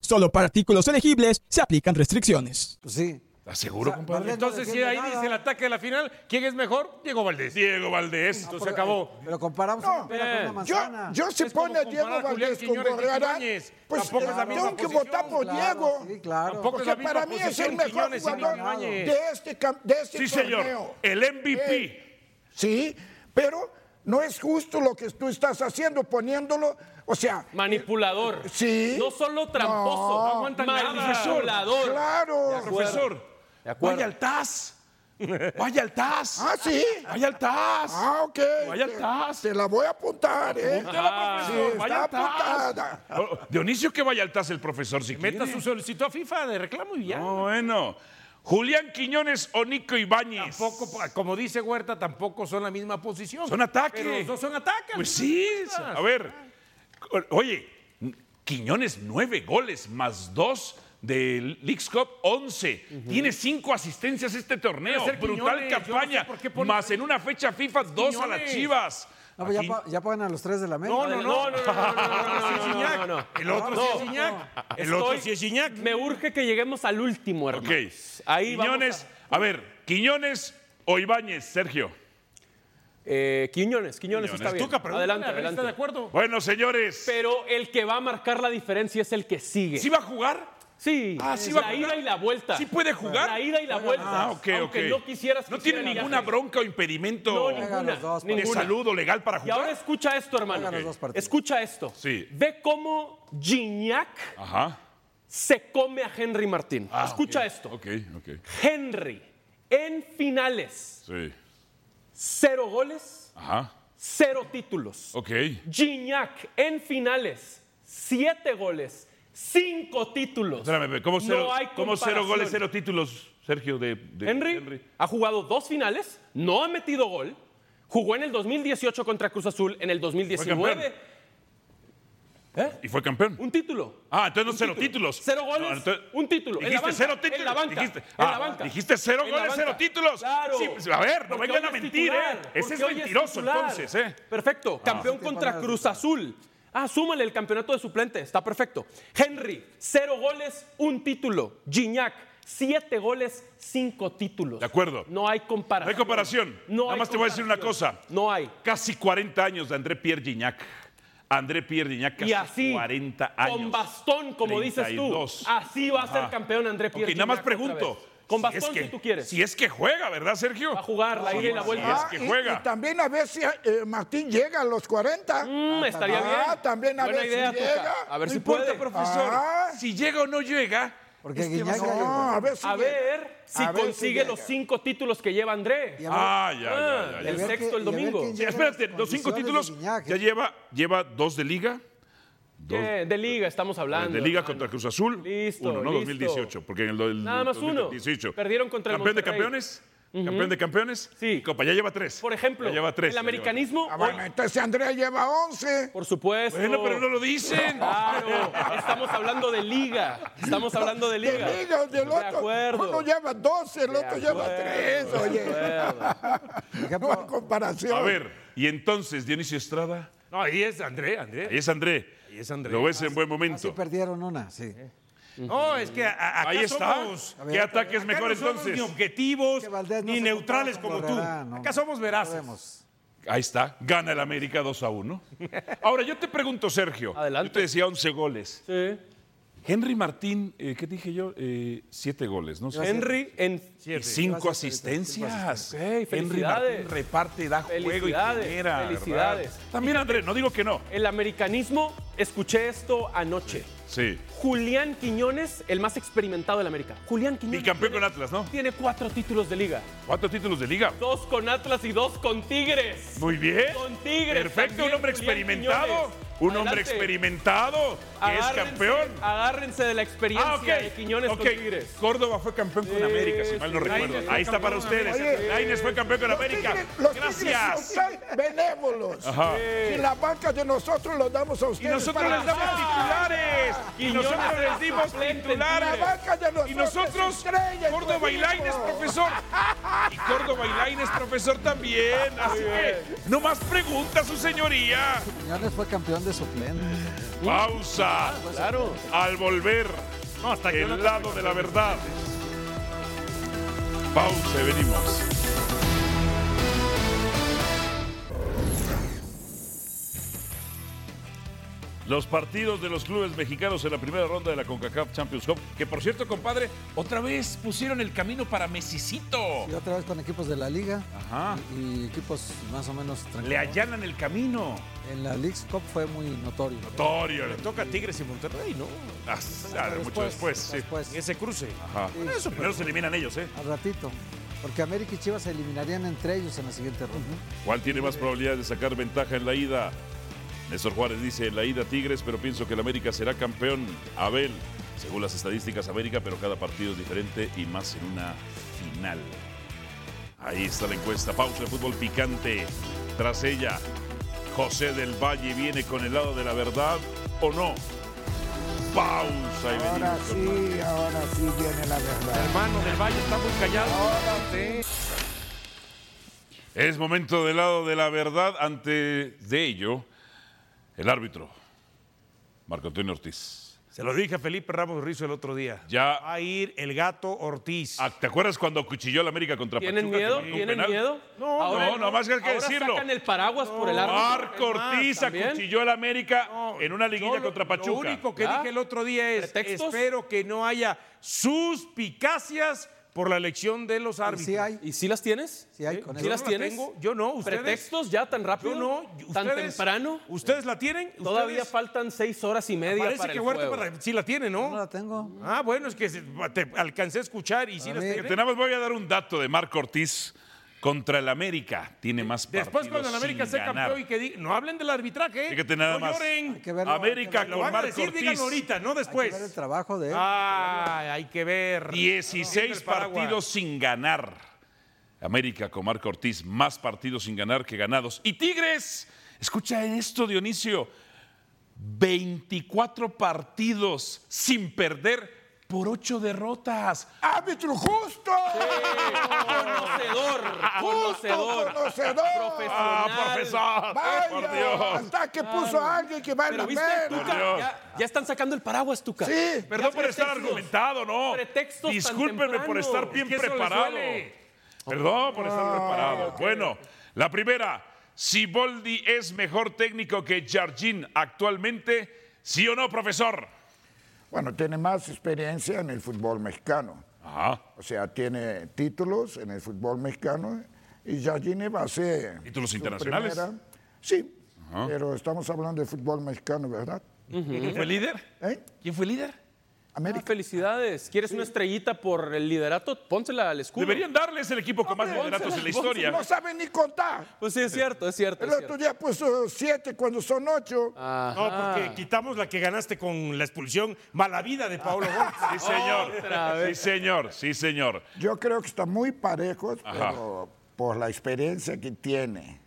[SPEAKER 18] Solo para artículos elegibles se aplican restricciones.
[SPEAKER 13] sí.
[SPEAKER 9] ¿Estás seguro, compadre?
[SPEAKER 14] Entonces, si ahí dice el ataque de la final, ¿quién es mejor? Diego Valdés.
[SPEAKER 9] Diego Valdés.
[SPEAKER 14] Entonces se acabó.
[SPEAKER 13] Pero comparamos
[SPEAKER 14] No,
[SPEAKER 13] una pera con una
[SPEAKER 10] Yo,
[SPEAKER 13] manzana.
[SPEAKER 10] yo si pone a Diego Valdés con Gorriarán, pues
[SPEAKER 14] Tampoco es la misma
[SPEAKER 10] tengo que
[SPEAKER 14] posición.
[SPEAKER 10] votar por
[SPEAKER 14] Claro,
[SPEAKER 10] Diego.
[SPEAKER 13] sí, claro.
[SPEAKER 14] Tampoco es
[SPEAKER 10] Porque
[SPEAKER 14] la misma
[SPEAKER 10] para mí es el
[SPEAKER 14] posición,
[SPEAKER 10] mejor
[SPEAKER 14] Quiñones y
[SPEAKER 10] jugador
[SPEAKER 14] Ibáñez.
[SPEAKER 10] de este, cam- de este
[SPEAKER 9] Sí, señor.
[SPEAKER 10] torneo.
[SPEAKER 9] El MVP.
[SPEAKER 10] Eh, sí, pero no es justo lo que tú estás haciendo poniéndolo, o sea...
[SPEAKER 12] Manipulador.
[SPEAKER 10] Sí.
[SPEAKER 12] No solo tramposo.
[SPEAKER 10] No.
[SPEAKER 12] No, aguanta nada.
[SPEAKER 14] Profesor,
[SPEAKER 12] Manipulador.
[SPEAKER 10] Claro.
[SPEAKER 14] Profesor, vaya al TAS. Vaya al TAS.
[SPEAKER 10] Ah, sí.
[SPEAKER 14] Vaya al TAS.
[SPEAKER 10] Ah, ok.
[SPEAKER 14] Vaya al TAS.
[SPEAKER 10] Te la voy a apuntar, ¿eh?
[SPEAKER 9] Apúntala,
[SPEAKER 10] Sí,
[SPEAKER 9] profesor,
[SPEAKER 10] está
[SPEAKER 9] vaya al TAS.
[SPEAKER 10] apuntada.
[SPEAKER 9] Oh, Dionisio, que vaya al TAS el profesor si
[SPEAKER 14] Meta
[SPEAKER 9] quiere.
[SPEAKER 14] su solicitud a FIFA de reclamo y ya.
[SPEAKER 9] No, bueno. Julián Quiñones o Nico Ibáñez.
[SPEAKER 14] Tampoco, como dice Huerta, tampoco son la misma posición.
[SPEAKER 9] Son ataques.
[SPEAKER 14] Pero los dos son ataques.
[SPEAKER 9] Pues sí. A ver. Oye, Quiñones, nueve goles más dos de Leagues Cup, once. Tiene cinco asistencias este torneo.
[SPEAKER 14] Pero es el
[SPEAKER 9] Brutal
[SPEAKER 14] Quiñones, yo no sé
[SPEAKER 9] campaña.
[SPEAKER 14] por qué pones-
[SPEAKER 9] más en una fecha FIFA, dos a las
[SPEAKER 14] Quiñones.
[SPEAKER 9] Chivas.
[SPEAKER 13] No, pues ya,
[SPEAKER 9] Aquí-
[SPEAKER 13] pa- ya pagan a los tres de la América.
[SPEAKER 12] No, no, no.
[SPEAKER 9] El otro sí es Iñak. El otro sí es Iñak.
[SPEAKER 12] Me urge que lleguemos al último, hermano.
[SPEAKER 9] Ok.
[SPEAKER 12] Ahí vamos
[SPEAKER 9] Quiñones, a... ver, Quiñones o Ibáñez, Sergio.
[SPEAKER 12] Eh, Quiñones, Quiñones,
[SPEAKER 9] Quiñones.
[SPEAKER 12] está bien.
[SPEAKER 9] Tuca, pregúntale,
[SPEAKER 12] adelante,
[SPEAKER 9] a ver si
[SPEAKER 12] adelante.
[SPEAKER 9] está de acuerdo. Bueno, señores.
[SPEAKER 12] Pero el que va a marcar la diferencia es el que sigue.
[SPEAKER 9] ¿Sí va a jugar?
[SPEAKER 12] Sí,
[SPEAKER 9] Ah, ¿sí
[SPEAKER 12] es
[SPEAKER 9] va a
[SPEAKER 12] la
[SPEAKER 9] jugar?
[SPEAKER 12] ida y la vuelta.
[SPEAKER 9] ¿Sí puede jugar?
[SPEAKER 12] La ida y la vuelta.
[SPEAKER 9] Ah, ok, ok.
[SPEAKER 12] Aunque no quisieras
[SPEAKER 9] No
[SPEAKER 12] que
[SPEAKER 9] tiene
[SPEAKER 12] hiciera
[SPEAKER 9] ninguna
[SPEAKER 12] viaje.
[SPEAKER 9] bronca o impedimento
[SPEAKER 12] No, ninguna,
[SPEAKER 9] de
[SPEAKER 12] ninguna.
[SPEAKER 9] salud o legal para
[SPEAKER 12] Y
[SPEAKER 9] jugar.
[SPEAKER 12] ahora escucha esto, hermano.
[SPEAKER 9] Juegan los dos partidos.
[SPEAKER 12] Escucha esto.
[SPEAKER 9] Sí.
[SPEAKER 12] Ve cómo Gignac
[SPEAKER 9] Ajá.
[SPEAKER 12] se come a Henry Martín.
[SPEAKER 9] Ah,
[SPEAKER 12] escucha
[SPEAKER 9] ok,
[SPEAKER 12] esto.
[SPEAKER 9] Ok, ok.
[SPEAKER 12] Henry en finales,
[SPEAKER 9] Sí.
[SPEAKER 12] cero goles,
[SPEAKER 9] Ajá.
[SPEAKER 12] cero títulos.
[SPEAKER 9] Ok.
[SPEAKER 12] Gignac en finales, siete goles, cinco títulos.
[SPEAKER 9] Espérame, ¿cómo
[SPEAKER 12] No
[SPEAKER 9] cero,
[SPEAKER 12] hay
[SPEAKER 9] cómo cero
[SPEAKER 12] comparación.
[SPEAKER 9] goles, cero títulos, Sergio, de, de
[SPEAKER 12] Henry, ha jugado dos finales, no ha metido gol. Jugó en el 2018 contra Cruz Azul, en el 2019.
[SPEAKER 9] Y fue campeón.
[SPEAKER 12] Un título.
[SPEAKER 9] Ah, entonces no cero títulos.
[SPEAKER 12] Cero goles,
[SPEAKER 9] No, entonces-
[SPEAKER 12] un título. En la
[SPEAKER 9] Dijiste
[SPEAKER 12] banca,
[SPEAKER 9] cero títulos.
[SPEAKER 12] En la banca.
[SPEAKER 9] Dijiste,
[SPEAKER 12] en
[SPEAKER 9] ah,
[SPEAKER 12] la banca.
[SPEAKER 9] dijiste cero
[SPEAKER 12] En la
[SPEAKER 9] goles,
[SPEAKER 12] banca.
[SPEAKER 9] cero títulos.
[SPEAKER 12] Claro.
[SPEAKER 9] Sí, pues, a ver, no
[SPEAKER 12] Porque
[SPEAKER 9] vengan
[SPEAKER 12] hoy
[SPEAKER 9] a mentir,
[SPEAKER 12] titular,
[SPEAKER 9] ¿eh? Ese
[SPEAKER 12] porque
[SPEAKER 9] es
[SPEAKER 12] hoy
[SPEAKER 9] mentiroso,
[SPEAKER 12] titular.
[SPEAKER 9] entonces, ¿eh?
[SPEAKER 12] Perfecto. Campeón contra Cruz Azul. Ah, súmale el campeonato de suplente. Está perfecto. Henry, cero goles, un título. Gignac, siete goles, cinco títulos. De
[SPEAKER 9] acuerdo.
[SPEAKER 12] No hay comparación.
[SPEAKER 9] No hay comparación.
[SPEAKER 12] [laughs] No
[SPEAKER 9] Nada
[SPEAKER 12] hay
[SPEAKER 9] más te voy a decir una cosa.
[SPEAKER 12] No hay.
[SPEAKER 9] Casi 40 años de André Pierre Gignac. André Pierre Gignac casi
[SPEAKER 12] Y así,
[SPEAKER 9] 40 años.
[SPEAKER 12] Con bastón, como dices
[SPEAKER 9] 32.
[SPEAKER 12] tú. Así va a ser
[SPEAKER 9] Ajá.
[SPEAKER 12] campeón André
[SPEAKER 9] Ok,
[SPEAKER 12] Pierre.
[SPEAKER 9] nada más
[SPEAKER 12] Gignac otra
[SPEAKER 9] pregunto.
[SPEAKER 12] vez. Con bastón,
[SPEAKER 9] es
[SPEAKER 12] si,
[SPEAKER 9] que,
[SPEAKER 12] tú quieres. Ah,
[SPEAKER 9] Si es que juega, ¿verdad, Sergio? Va a
[SPEAKER 12] jugar la ida y la vuelta.
[SPEAKER 9] Si es que juega.
[SPEAKER 10] Y, y también a ver si eh, Martín llega a los 40.
[SPEAKER 12] estaría
[SPEAKER 10] ah,
[SPEAKER 12] Mm, bien.
[SPEAKER 10] también a
[SPEAKER 12] Buena
[SPEAKER 10] ver
[SPEAKER 12] idea,
[SPEAKER 10] si
[SPEAKER 12] Tuca.
[SPEAKER 10] llega.
[SPEAKER 12] A ver
[SPEAKER 10] No
[SPEAKER 12] si
[SPEAKER 10] importa,
[SPEAKER 12] puede.
[SPEAKER 10] profesor. Ah.
[SPEAKER 9] Si llega o no llega.
[SPEAKER 13] Porque
[SPEAKER 9] este va a
[SPEAKER 13] Guiñac
[SPEAKER 9] ser-
[SPEAKER 13] ya llegó.
[SPEAKER 10] No, a ver si
[SPEAKER 12] A
[SPEAKER 10] llega.
[SPEAKER 12] ver si
[SPEAKER 10] A ver si
[SPEAKER 12] consigue
[SPEAKER 10] llega.
[SPEAKER 12] los cinco títulos que lleva André.
[SPEAKER 13] Y a ver-
[SPEAKER 9] Ah, ya, ya, ya, ya.
[SPEAKER 12] El
[SPEAKER 13] ver
[SPEAKER 12] sexto
[SPEAKER 13] qué-
[SPEAKER 12] el
[SPEAKER 13] y a ver
[SPEAKER 12] domingo.
[SPEAKER 13] quién
[SPEAKER 9] Sí,
[SPEAKER 13] llega en
[SPEAKER 9] espérate,
[SPEAKER 13] las
[SPEAKER 9] los cinco
[SPEAKER 13] condiciones de
[SPEAKER 9] títulos
[SPEAKER 13] Guiñac,
[SPEAKER 9] ya
[SPEAKER 13] ¿eh?
[SPEAKER 9] lleva, lleva dos de liga. Dos
[SPEAKER 12] Eh, de liga estamos hablando.
[SPEAKER 9] de liga
[SPEAKER 12] hermano.
[SPEAKER 9] contra Cruz Azul.
[SPEAKER 12] Listo,
[SPEAKER 9] uno, no
[SPEAKER 12] listo.
[SPEAKER 9] 2018, porque en el, do- el
[SPEAKER 12] Nada más uno.
[SPEAKER 9] 2018.
[SPEAKER 12] Perdieron contra el
[SPEAKER 9] Campeón de
[SPEAKER 12] Monterrey.
[SPEAKER 9] campeones. Campeón de campeones. Sí. Copa, ya lleva tres.
[SPEAKER 12] Por ejemplo,
[SPEAKER 9] ya lleva tres.
[SPEAKER 12] el
[SPEAKER 9] ya lleva
[SPEAKER 12] americanismo.
[SPEAKER 10] Ah, bueno,
[SPEAKER 12] hoy-
[SPEAKER 10] entonces Andrea lleva 11.
[SPEAKER 12] por supuesto.
[SPEAKER 9] Bueno, pero no lo dicen. [laughs]
[SPEAKER 12] Claro, estamos hablando de liga. Estamos hablando de liga.
[SPEAKER 10] De liga, del
[SPEAKER 12] De
[SPEAKER 10] otro.
[SPEAKER 12] acuerdo.
[SPEAKER 10] Uno [laughs] lleva 12, el otro lleva 3. Oye, no hay comparación.
[SPEAKER 9] A ver, y entonces Dionisio Estrada.
[SPEAKER 14] No, ahí es André, André.
[SPEAKER 9] Ahí es André.
[SPEAKER 14] Ahí es André.
[SPEAKER 9] Lo ves en buen
[SPEAKER 10] Ah,
[SPEAKER 13] Sí
[SPEAKER 9] momento.
[SPEAKER 13] perdieron una, sí.
[SPEAKER 12] Eh.
[SPEAKER 14] No, es que a- a- acá
[SPEAKER 9] Ahí está.
[SPEAKER 14] somos-
[SPEAKER 9] ¿Qué ataque es
[SPEAKER 14] acá
[SPEAKER 9] mejor
[SPEAKER 14] no somos
[SPEAKER 9] entonces?
[SPEAKER 14] Ni objetivos,
[SPEAKER 13] Que Valdés no
[SPEAKER 14] ni
[SPEAKER 13] se
[SPEAKER 14] neutrales
[SPEAKER 13] compara
[SPEAKER 14] como
[SPEAKER 13] con
[SPEAKER 14] tú.
[SPEAKER 13] Gorrerán, no,
[SPEAKER 14] Acá somos veraces.
[SPEAKER 9] Ahí está. Gana el América 2 a 1. Ahora, yo te pregunto, Sergio.
[SPEAKER 12] Adelante.
[SPEAKER 9] Yo te decía 11 goles.
[SPEAKER 12] Sí.
[SPEAKER 9] Henry Martín, eh, ¿qué dije yo? Eh, siete goles, ¿no?
[SPEAKER 12] Henry en
[SPEAKER 9] Y cinco asistencias. Henry
[SPEAKER 12] felicidades.
[SPEAKER 9] Martín reparte, da juego y
[SPEAKER 12] Felicidades,
[SPEAKER 9] genera. ¿verdad?
[SPEAKER 12] felicidades.
[SPEAKER 9] También, André, no digo que no.
[SPEAKER 12] el americanismo. Escuché esto anoche.
[SPEAKER 9] Sí.
[SPEAKER 12] Julián Quiñones, el más experimentado del América. Julián
[SPEAKER 9] Y
[SPEAKER 12] Quiñones
[SPEAKER 9] campeón con Atlas, ¿no?
[SPEAKER 12] tiene cuatro títulos de liga.
[SPEAKER 9] Cuatro títulos de liga.
[SPEAKER 12] Dos con Atlas y dos con Tigres.
[SPEAKER 9] Muy bien.
[SPEAKER 12] Con Tigres.
[SPEAKER 9] Perfecto, un
[SPEAKER 12] también
[SPEAKER 9] hombre
[SPEAKER 12] Julián
[SPEAKER 9] experimentado.
[SPEAKER 12] Quiñones.
[SPEAKER 9] Un hombre
[SPEAKER 12] Adelante.
[SPEAKER 9] experimentado que es
[SPEAKER 12] Agárrense-
[SPEAKER 9] campeón.
[SPEAKER 12] Agárrense de la experiencia
[SPEAKER 9] Ah, ok.
[SPEAKER 12] de Quiñones
[SPEAKER 9] ok.
[SPEAKER 12] con Tigres.
[SPEAKER 9] Córdoba fue campeón con
[SPEAKER 12] Sí,
[SPEAKER 9] América, si mal no
[SPEAKER 12] sí,
[SPEAKER 9] recuerdo.
[SPEAKER 12] Lainez fue
[SPEAKER 9] Ahí está para
[SPEAKER 12] campeón con
[SPEAKER 9] ustedes.
[SPEAKER 10] América.
[SPEAKER 9] Lainez fue campeón con América.
[SPEAKER 10] Tigres- los tigres
[SPEAKER 9] Gracias.
[SPEAKER 10] son benévolos.
[SPEAKER 9] Ajá.
[SPEAKER 10] Si la banca de nosotros lo damos a
[SPEAKER 9] Y
[SPEAKER 10] ustedes.
[SPEAKER 9] nosotros
[SPEAKER 10] para
[SPEAKER 9] les damos
[SPEAKER 10] hacer-
[SPEAKER 9] titulares. Y
[SPEAKER 12] Quiñones
[SPEAKER 9] nosotros
[SPEAKER 12] era
[SPEAKER 9] les dimos
[SPEAKER 12] suplente en
[SPEAKER 10] La
[SPEAKER 9] titulares.
[SPEAKER 10] banca de nosotros.
[SPEAKER 9] Y nosotros,
[SPEAKER 10] estrella,
[SPEAKER 9] Córdoba y Laines,
[SPEAKER 13] Oh.
[SPEAKER 9] profesor. Y Córdoba y Laines, profesor, también. Así que, no más preguntas, su señoría.
[SPEAKER 13] Quiñones fue campeón de suplentes.
[SPEAKER 9] Pausa. Claro. Al volver, el lado de la verdad. Pausa y venimos. Los partidos de los clubes mexicanos en la primera ronda de la CONCACAF Champions Cup.
[SPEAKER 14] Que por cierto, compadre, otra vez pusieron el camino para Mesicito.
[SPEAKER 13] Y otra vez con equipos de la liga y, y equipos más o menos tranquilos.
[SPEAKER 14] Le allanan el camino.
[SPEAKER 13] En la League Cup fue muy notorio.
[SPEAKER 9] Notorio.
[SPEAKER 14] Le toca a Tigres y Monterrey, ¿no?
[SPEAKER 9] Ah, ah, mucho después, sí.
[SPEAKER 14] En Ese cruce.
[SPEAKER 9] Ajá.
[SPEAKER 14] Bueno, eso,
[SPEAKER 9] Primero se eliminan ellos, ¿eh?
[SPEAKER 13] pues, Al ratito. Porque América y Chivas se eliminarían entre ellos en la siguiente ronda.
[SPEAKER 9] ¿Cuál tiene más probabilidad de sacar ventaja en la ida? Néstor Juárez dice, en la ida Tigres, pero pienso que el América será campeón. Abel, según las estadísticas América, pero cada partido es diferente y más en una final. Ahí está la encuesta. Pausa de fútbol picante. Tras ella, José del Valle viene con el lado de la verdad o no. Pausa y
[SPEAKER 10] Ahora
[SPEAKER 9] venimos con más.
[SPEAKER 10] sí, ahora sí viene la verdad.
[SPEAKER 14] Hermano del Valle está muy callado.
[SPEAKER 9] Es momento del lado de la verdad. Antes de ello, el árbitro, Marco Antonio Ortiz.
[SPEAKER 14] Se lo dije a Felipe Ramos Rizo el otro día.
[SPEAKER 9] Ya. Ah,
[SPEAKER 14] Va a ir el gato Ortiz.
[SPEAKER 9] ¿Te acuerdas cuando acuchilló la América contra
[SPEAKER 14] ¿Tienen
[SPEAKER 9] Pachuca? que
[SPEAKER 14] miedo?
[SPEAKER 9] marcó un
[SPEAKER 14] ¿Tienen
[SPEAKER 9] penal?
[SPEAKER 14] miedo?
[SPEAKER 9] No,
[SPEAKER 14] Ahora
[SPEAKER 9] no,
[SPEAKER 14] no.
[SPEAKER 9] nada más que hay que
[SPEAKER 14] Ahora
[SPEAKER 9] decirlo.
[SPEAKER 14] sacan el paraguas por el árbitro.
[SPEAKER 9] Marco
[SPEAKER 14] Es más,
[SPEAKER 9] Ortiz
[SPEAKER 14] también.
[SPEAKER 9] acuchilló a la América en una liguilla contra Pachuca.
[SPEAKER 14] Lo único que dije el otro día es,
[SPEAKER 9] ¿Pretextos?
[SPEAKER 14] espero que no haya suspicacias por la elección de los árbitros. ¿Y si,
[SPEAKER 12] las tienes?
[SPEAKER 13] Sí hay,
[SPEAKER 12] con
[SPEAKER 14] ¿Sí
[SPEAKER 12] eso.
[SPEAKER 14] las
[SPEAKER 12] ¿No la
[SPEAKER 14] tienes?
[SPEAKER 12] tengo?
[SPEAKER 14] Yo no, ¿ustedes?
[SPEAKER 12] ¿Pretextos ya tan rápido?
[SPEAKER 14] Yo no. y-
[SPEAKER 12] ¿Tan
[SPEAKER 14] ¿ustedes-
[SPEAKER 12] temprano?
[SPEAKER 14] ¿Ustedes la tienen?
[SPEAKER 12] Todavía
[SPEAKER 14] ¿Ustedes?
[SPEAKER 12] faltan seis horas y media
[SPEAKER 14] Parece
[SPEAKER 12] para
[SPEAKER 14] que
[SPEAKER 12] el
[SPEAKER 14] Huerta
[SPEAKER 12] juego.
[SPEAKER 14] para- sí la tiene, ¿no? No
[SPEAKER 13] la tengo.
[SPEAKER 14] Ah, bueno, es que se- te alcancé a escuchar y sí las tiene.
[SPEAKER 9] Te nada más voy a dar un dato de Marco Ortiz contra el América. Tiene más
[SPEAKER 14] Después cuando el
[SPEAKER 9] el
[SPEAKER 14] América sea campeón y que diga, no hablen del arbitraje, ¿eh?
[SPEAKER 9] Fíjate nada
[SPEAKER 14] no
[SPEAKER 9] más.
[SPEAKER 14] lloren.
[SPEAKER 9] Hay que verlo, América hay que verlo.
[SPEAKER 14] Lo van
[SPEAKER 9] con
[SPEAKER 14] a
[SPEAKER 9] Marco
[SPEAKER 14] decir, díganlo
[SPEAKER 9] Ortiz.
[SPEAKER 14] ahorita, no después.
[SPEAKER 13] El trabajo de él.
[SPEAKER 14] Ay, Ah, hay que ver.
[SPEAKER 9] 16
[SPEAKER 14] El paraguas.
[SPEAKER 9] partidos sin ganar. América con Marco Ortiz, más partidos sin ganar que ganados. Y Tigres, escucha esto, Dionisio. 24 partidos sin perder por 8 derrotas.
[SPEAKER 10] ¡Árbitro justo!
[SPEAKER 12] Conocedor, conocedor,
[SPEAKER 10] conocedor.
[SPEAKER 12] profesional.
[SPEAKER 9] Ah, profesor.
[SPEAKER 10] Vaya,
[SPEAKER 9] Por Dios.
[SPEAKER 10] hasta que puso a alguien que va en
[SPEAKER 12] Pero
[SPEAKER 10] la
[SPEAKER 12] viste,
[SPEAKER 10] pena.
[SPEAKER 12] Tuca, ya, ya están sacando el paraguas, Tuca.
[SPEAKER 10] Sí.
[SPEAKER 9] Perdón
[SPEAKER 12] Ya
[SPEAKER 9] por
[SPEAKER 12] pretextos.
[SPEAKER 9] estar argumentado, ¿no?
[SPEAKER 12] Pretextos tan
[SPEAKER 9] Discúlpenme por
[SPEAKER 12] temprano.
[SPEAKER 9] estar bien
[SPEAKER 12] Es que eso les
[SPEAKER 9] preparado.
[SPEAKER 12] duele.
[SPEAKER 9] Perdón por
[SPEAKER 10] Ah,
[SPEAKER 9] estar preparado. Bueno, la primera, si Boldi es mejor técnico que Jardín actualmente, ¿sí o no, profesor?
[SPEAKER 10] Bueno, tiene más experiencia en el fútbol mexicano. O sea, tiene títulos en el fútbol mexicano y Jardine va a ser.
[SPEAKER 9] ¿Títulos
[SPEAKER 10] su
[SPEAKER 9] internacionales?
[SPEAKER 10] primera- Sí, pero estamos hablando del fútbol mexicano, ¿verdad?
[SPEAKER 12] ¿Quién fue
[SPEAKER 9] líder?
[SPEAKER 12] ¿Quién fue líder? Ah,
[SPEAKER 10] América.
[SPEAKER 12] felicidades. ¿Quieres una estrellita por el liderato? Pónsela al escudo.
[SPEAKER 9] Deberían darles el equipo con Ah, más lideratos en la historia.
[SPEAKER 10] No saben ni contar.
[SPEAKER 12] Pues sí, es cierto, es cierto. Ah,
[SPEAKER 10] El
[SPEAKER 12] es
[SPEAKER 10] otro día puso siete cuando son ocho.
[SPEAKER 14] No, porque quitamos la que ganaste con la expulsión mala vida de Paolo Gómez.
[SPEAKER 9] Sí, señor. Sí, señor. Sí, señor.
[SPEAKER 10] Yo creo que está muy parejos,
[SPEAKER 9] Ajá.
[SPEAKER 10] pero por la experiencia que tiene,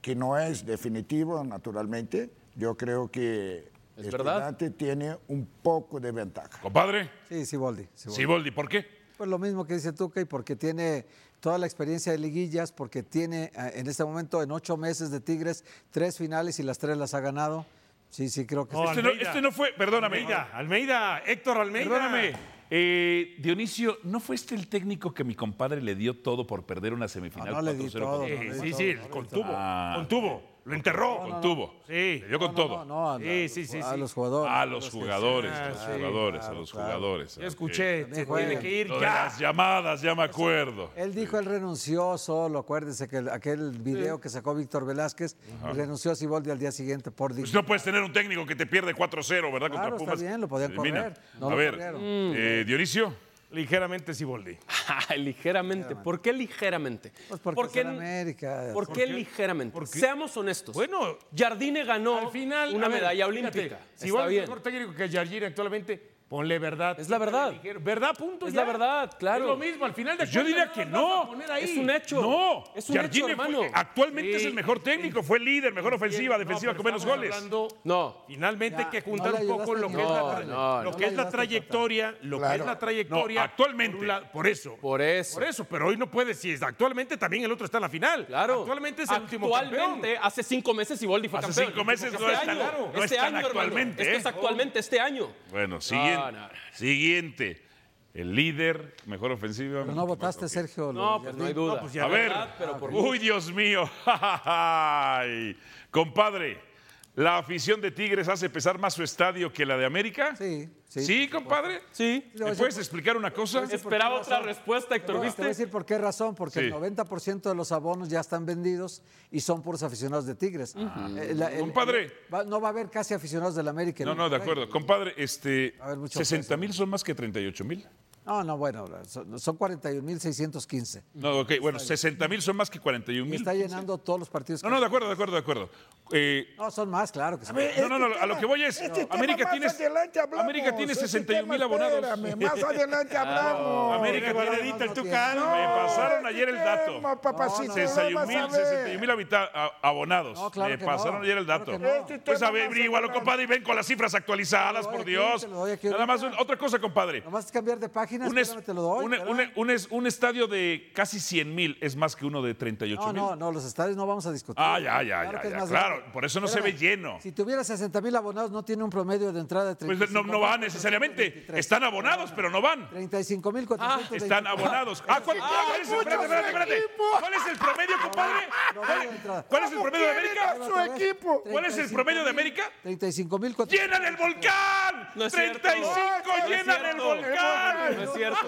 [SPEAKER 10] que no es definitivo, naturalmente, yo creo que
[SPEAKER 12] Es verdad.
[SPEAKER 10] Estudiante tiene un poco de ventaja.
[SPEAKER 9] Compadre.
[SPEAKER 13] Sí, Siboldi.
[SPEAKER 9] Siboldi, ¿por qué?
[SPEAKER 13] Pues lo mismo que dice Tuca y porque tiene toda la experiencia de liguillas, porque tiene eh, en este momento en ocho meses de Tigres tres finales y las tres las ha ganado. Sí, sí, creo que
[SPEAKER 12] [laughs]
[SPEAKER 13] sí.
[SPEAKER 9] este, no, este no fue, perdóname.
[SPEAKER 14] Almeida, Almeida, Héctor Almeida.
[SPEAKER 9] Perdóname. eh, Dionisio, ¿no fue este el técnico que mi compadre le dio todo por perder una semifinal
[SPEAKER 13] Ah, No, no le di
[SPEAKER 9] 4-0
[SPEAKER 13] todo,
[SPEAKER 9] con-
[SPEAKER 13] no le di
[SPEAKER 14] Sí, sí, contuvo.
[SPEAKER 9] Ah.
[SPEAKER 14] Contuvo. Lo enterró.
[SPEAKER 9] Contuvo.
[SPEAKER 14] Sí.
[SPEAKER 9] Le dio con todo.
[SPEAKER 13] No, a,
[SPEAKER 14] Sí, sí, sí.
[SPEAKER 13] a
[SPEAKER 14] sí.
[SPEAKER 13] los jugadores.
[SPEAKER 9] A los jugadores,
[SPEAKER 14] Ah,
[SPEAKER 9] a los
[SPEAKER 14] sí,
[SPEAKER 9] jugadores, a los jugadores.
[SPEAKER 14] Yo escuché.
[SPEAKER 13] También
[SPEAKER 14] Se
[SPEAKER 13] juegan.
[SPEAKER 14] tiene que ir
[SPEAKER 9] Lo de
[SPEAKER 14] ya.
[SPEAKER 9] las llamadas, ya me acuerdo.
[SPEAKER 13] Él dijo, él renunció solo, acuérdense que el- aquel video que sacó Víctor Velázquez, y renunció a Siboldi al día siguiente por
[SPEAKER 9] Pues
[SPEAKER 13] dignidad.
[SPEAKER 9] no puedes tener un técnico que te pierde 4-0, ¿verdad?
[SPEAKER 13] Claro, está
[SPEAKER 9] Contra Pumas.
[SPEAKER 13] bien, lo podían
[SPEAKER 9] Se elimina.
[SPEAKER 13] correr, no
[SPEAKER 9] a
[SPEAKER 13] lo
[SPEAKER 9] ver,
[SPEAKER 13] corrieron.
[SPEAKER 9] eh, Dionisio.
[SPEAKER 14] Ligeramente Siboldi.
[SPEAKER 12] Ah, ligeramente. ¿Por qué ligeramente?
[SPEAKER 13] Pues porque
[SPEAKER 12] ¿Por qué,
[SPEAKER 13] está en América.
[SPEAKER 12] por qué
[SPEAKER 14] Porque-
[SPEAKER 12] ligeramente?
[SPEAKER 14] porque-
[SPEAKER 12] Seamos honestos.
[SPEAKER 14] Bueno,
[SPEAKER 12] Jardine ganó
[SPEAKER 14] al final.
[SPEAKER 12] una
[SPEAKER 14] a ver,
[SPEAKER 12] medalla
[SPEAKER 14] fíjate,
[SPEAKER 12] olímpica.
[SPEAKER 14] Si
[SPEAKER 12] Está
[SPEAKER 14] Siboldi es
[SPEAKER 12] bien.
[SPEAKER 14] mejor técnico que Jardín actualmente, Ponle verdad.
[SPEAKER 12] Es la verdad.
[SPEAKER 14] ¿Verdad? Punto.
[SPEAKER 12] Es
[SPEAKER 14] ya.
[SPEAKER 12] la verdad, claro.
[SPEAKER 14] Es lo mismo, al final de
[SPEAKER 9] Yo diría que no.
[SPEAKER 12] Es un hecho.
[SPEAKER 9] No.
[SPEAKER 12] Es un hecho,
[SPEAKER 9] Jardine fue-
[SPEAKER 12] hermano.
[SPEAKER 9] actualmente es el mejor técnico, fue líder, mejor ofensiva, defensiva, con menos goles.
[SPEAKER 12] no.
[SPEAKER 14] Finalmente hay
[SPEAKER 9] Ya,
[SPEAKER 14] que juntar
[SPEAKER 9] no le
[SPEAKER 14] un poco
[SPEAKER 9] ayudaste
[SPEAKER 14] lo
[SPEAKER 9] ni
[SPEAKER 14] que es
[SPEAKER 9] nada.
[SPEAKER 14] la, tra-
[SPEAKER 9] No, no,
[SPEAKER 14] lo
[SPEAKER 9] no
[SPEAKER 14] que
[SPEAKER 9] le
[SPEAKER 14] es la
[SPEAKER 9] ayudaste,
[SPEAKER 14] trayectoria, lo que
[SPEAKER 9] Claro.
[SPEAKER 14] es la trayectoria.
[SPEAKER 9] No, actualmente. Por, eso.
[SPEAKER 12] Por eso.
[SPEAKER 14] Por eso, pero hoy no puede, si es actualmente también el otro está en la final. Claro. Actualmente es el último campeón.
[SPEAKER 12] Actualmente, hace cinco meses Iboldi fue
[SPEAKER 14] Hace
[SPEAKER 12] campeón.
[SPEAKER 14] cinco meses no
[SPEAKER 12] Este
[SPEAKER 14] es tan-
[SPEAKER 12] año,
[SPEAKER 14] claro, no
[SPEAKER 12] este
[SPEAKER 14] es tan
[SPEAKER 12] año, hermano.
[SPEAKER 9] actualmente,
[SPEAKER 12] Esto
[SPEAKER 9] ¿eh?
[SPEAKER 12] es actualmente este año.
[SPEAKER 9] Bueno,
[SPEAKER 12] no.
[SPEAKER 9] siguiente. Siguiente. El líder, mejor ofensiva.
[SPEAKER 13] Pero no votaste, Sergio.
[SPEAKER 9] No,
[SPEAKER 13] lo-
[SPEAKER 9] pues
[SPEAKER 13] ya-
[SPEAKER 9] no hay duda.
[SPEAKER 13] pues
[SPEAKER 9] a
[SPEAKER 13] ya-
[SPEAKER 9] ver,
[SPEAKER 13] ¿verdad? Pero por
[SPEAKER 9] uy, Dios mío. [laughs] Ay. Compadre, ¿la afición de Tigres hace pesar más su estadio que la de América? Sí. ¿Sí, compadre?
[SPEAKER 12] Sí. pues,
[SPEAKER 9] ¿Me puedes explicar una cosa?
[SPEAKER 12] Esperaba otra respuesta, Héctor,
[SPEAKER 13] Te voy a
[SPEAKER 12] ¿viste?
[SPEAKER 13] decir por qué razón, porque
[SPEAKER 9] Sí.
[SPEAKER 13] el 90% de los abonos ya están vendidos y son por los aficionados de Tigres. Eh, la- el-
[SPEAKER 9] Compadre.
[SPEAKER 13] va- no va a haber casi aficionados del América. en
[SPEAKER 9] No,
[SPEAKER 13] el
[SPEAKER 9] no, de
[SPEAKER 13] Monterrey.
[SPEAKER 9] acuerdo. Compadre, este,
[SPEAKER 13] mucho
[SPEAKER 9] 60 mil son más que 38 mil.
[SPEAKER 13] No, no, bueno, son, son 41.615.
[SPEAKER 9] No, ok, bueno, 60 mil son más que 41
[SPEAKER 13] Y
[SPEAKER 9] mil.
[SPEAKER 13] está llenando todos los partidos.
[SPEAKER 9] No, no, de acuerdo, de acuerdo, de acuerdo. Eh,
[SPEAKER 13] No, son más, claro que sí.
[SPEAKER 9] no, no, no, a lo que voy es,
[SPEAKER 10] Este tema
[SPEAKER 9] América
[SPEAKER 10] más
[SPEAKER 9] tiene,
[SPEAKER 10] adelante hablamos,
[SPEAKER 9] América tiene
[SPEAKER 10] este
[SPEAKER 9] 61 mil
[SPEAKER 10] tema,
[SPEAKER 9] abonados.
[SPEAKER 10] espérame, más adelante hablamos.
[SPEAKER 9] América
[SPEAKER 10] Porque
[SPEAKER 9] tiene
[SPEAKER 10] ahora
[SPEAKER 9] edita
[SPEAKER 10] no
[SPEAKER 9] el
[SPEAKER 10] tiene.
[SPEAKER 9] Tucán,
[SPEAKER 10] No,
[SPEAKER 9] me pasaron
[SPEAKER 10] este
[SPEAKER 9] ayer el
[SPEAKER 10] tema,
[SPEAKER 9] dato.
[SPEAKER 10] papacito, no
[SPEAKER 9] 61
[SPEAKER 10] vas a
[SPEAKER 9] mil,
[SPEAKER 10] ver.
[SPEAKER 9] 61 mil habita- a- abonados.
[SPEAKER 10] No, claro
[SPEAKER 9] me
[SPEAKER 10] que
[SPEAKER 9] pasaron
[SPEAKER 10] no,
[SPEAKER 9] ayer el
[SPEAKER 10] claro
[SPEAKER 9] dato.
[SPEAKER 10] que no. Este
[SPEAKER 9] Pues
[SPEAKER 10] tema
[SPEAKER 9] a ver,
[SPEAKER 10] más
[SPEAKER 9] averígualo,
[SPEAKER 10] adelante.
[SPEAKER 9] compadre, y ven con las cifras actualizadas, por
[SPEAKER 13] aquí,
[SPEAKER 9] Dios.
[SPEAKER 13] te lo doy aquí
[SPEAKER 9] Nada
[SPEAKER 13] ahorita.
[SPEAKER 9] más, un- otra cosa, compadre.
[SPEAKER 13] Nomás cambiar de página,
[SPEAKER 9] Un, es-
[SPEAKER 13] espérame, te lo doy.
[SPEAKER 9] un- un- un es- un estadio de casi 100 mil es más que uno de 38
[SPEAKER 13] No,
[SPEAKER 9] mil.
[SPEAKER 13] no, no, los estadios no vamos a discutir.
[SPEAKER 9] Ah, ya, ya,
[SPEAKER 13] Claro
[SPEAKER 9] ya,
[SPEAKER 13] que es
[SPEAKER 9] ya,
[SPEAKER 13] más
[SPEAKER 9] Claro,
[SPEAKER 13] grande.
[SPEAKER 9] por eso no se ve lleno.
[SPEAKER 13] Si tuviera 60 mil abonados, no tiene un promedio de entrada de 35
[SPEAKER 9] Pues no, no va necesariamente. Están abonados, pero no van.
[SPEAKER 13] 35 mil
[SPEAKER 9] Ah, Están abonados. Ah, ¿cuál, cuál es el, espérate, espérate, espérate. ¿Cuál es el promedio, compadre? ¿Cuál, cuál es el promedio de América?
[SPEAKER 10] equipo?
[SPEAKER 9] ¿Cuál es el promedio de América?
[SPEAKER 13] 35 mil
[SPEAKER 9] ¡Llenan el volcán!
[SPEAKER 10] No es cierto.
[SPEAKER 9] ¡35
[SPEAKER 10] No es
[SPEAKER 9] llenan el
[SPEAKER 10] cierto.
[SPEAKER 9] volcán!
[SPEAKER 10] No es cierto.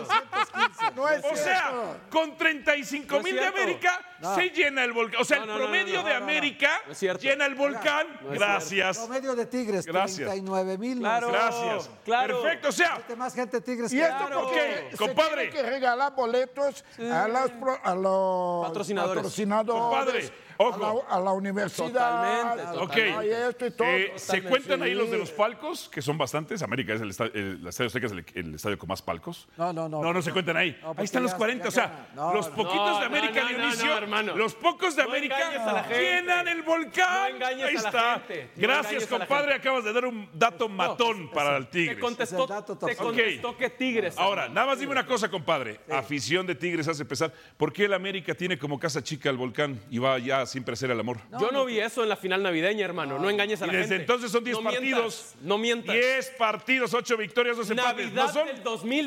[SPEAKER 10] No es
[SPEAKER 9] O sea,
[SPEAKER 10] cierto.
[SPEAKER 9] con 35
[SPEAKER 10] No es
[SPEAKER 9] mil de
[SPEAKER 10] cierto.
[SPEAKER 9] América
[SPEAKER 10] No.
[SPEAKER 9] se llena el volcán. O sea,
[SPEAKER 10] No, no,
[SPEAKER 9] el
[SPEAKER 10] no,
[SPEAKER 9] promedio
[SPEAKER 10] no, no,
[SPEAKER 9] de
[SPEAKER 10] no, no.
[SPEAKER 9] América
[SPEAKER 10] No es cierto.
[SPEAKER 9] llena el volcán.
[SPEAKER 13] No es
[SPEAKER 9] Gracias.
[SPEAKER 13] cierto. Promedio de Tigres,
[SPEAKER 9] Gracias.
[SPEAKER 13] 39 mil.
[SPEAKER 9] Claro, Gracias. claro. Perfecto, o sea-
[SPEAKER 10] Este
[SPEAKER 13] Mete más gente Tigres
[SPEAKER 10] Y
[SPEAKER 13] que-
[SPEAKER 10] esto porque compadre. que regalar boletos a, las pro- a los
[SPEAKER 9] Patrocinadores.
[SPEAKER 10] patrocinadores,
[SPEAKER 9] Compadre,
[SPEAKER 10] A, la, a la universidad. a-
[SPEAKER 9] Ok.
[SPEAKER 13] Ah,
[SPEAKER 10] a esto y todo.
[SPEAKER 9] Eh, ¿Se cuentan ahí los de los
[SPEAKER 10] Sí.
[SPEAKER 9] palcos? Que son bastantes. América es el estadio, el estadio Azteca es el, el estadio con más palcos.
[SPEAKER 13] No, no, no.
[SPEAKER 9] No, no se cuentan ahí.
[SPEAKER 13] No, porque
[SPEAKER 9] ahí están los
[SPEAKER 13] ya-
[SPEAKER 9] 40.
[SPEAKER 13] ya
[SPEAKER 9] o sea,
[SPEAKER 13] gana. No,
[SPEAKER 9] los
[SPEAKER 13] no.
[SPEAKER 9] poquitos
[SPEAKER 12] No,
[SPEAKER 9] de América,
[SPEAKER 12] no, no,
[SPEAKER 9] Dionisio.
[SPEAKER 12] no, hermano.
[SPEAKER 9] Los pocos de América
[SPEAKER 12] engañes a la gente.
[SPEAKER 9] llenan el volcán.
[SPEAKER 12] No engañes
[SPEAKER 9] ahí
[SPEAKER 12] a la
[SPEAKER 9] está.
[SPEAKER 12] gente. No
[SPEAKER 9] Gracias,
[SPEAKER 12] engañes a la
[SPEAKER 9] compadre. Acabas de dar un dato matón para el Tigre.
[SPEAKER 12] Te contestó, te contestó que Tigres.
[SPEAKER 9] Ahora, nada más dime una cosa, compadre. Afición de Tigres hace pesar. ¿Por qué el América tiene como casa chica el volcán y va ya siempre a ser el amor?
[SPEAKER 12] Yo no vi eso en la final navideña, hermano. No engañes a
[SPEAKER 9] Y
[SPEAKER 12] la
[SPEAKER 9] desde
[SPEAKER 12] gente.
[SPEAKER 9] entonces son 10
[SPEAKER 12] No mientas,
[SPEAKER 9] partidos.
[SPEAKER 12] no mientas.
[SPEAKER 9] 10 partidos, 8 victorias, 2 empates.
[SPEAKER 12] pues. Navidad
[SPEAKER 9] ¿No son?
[SPEAKER 12] del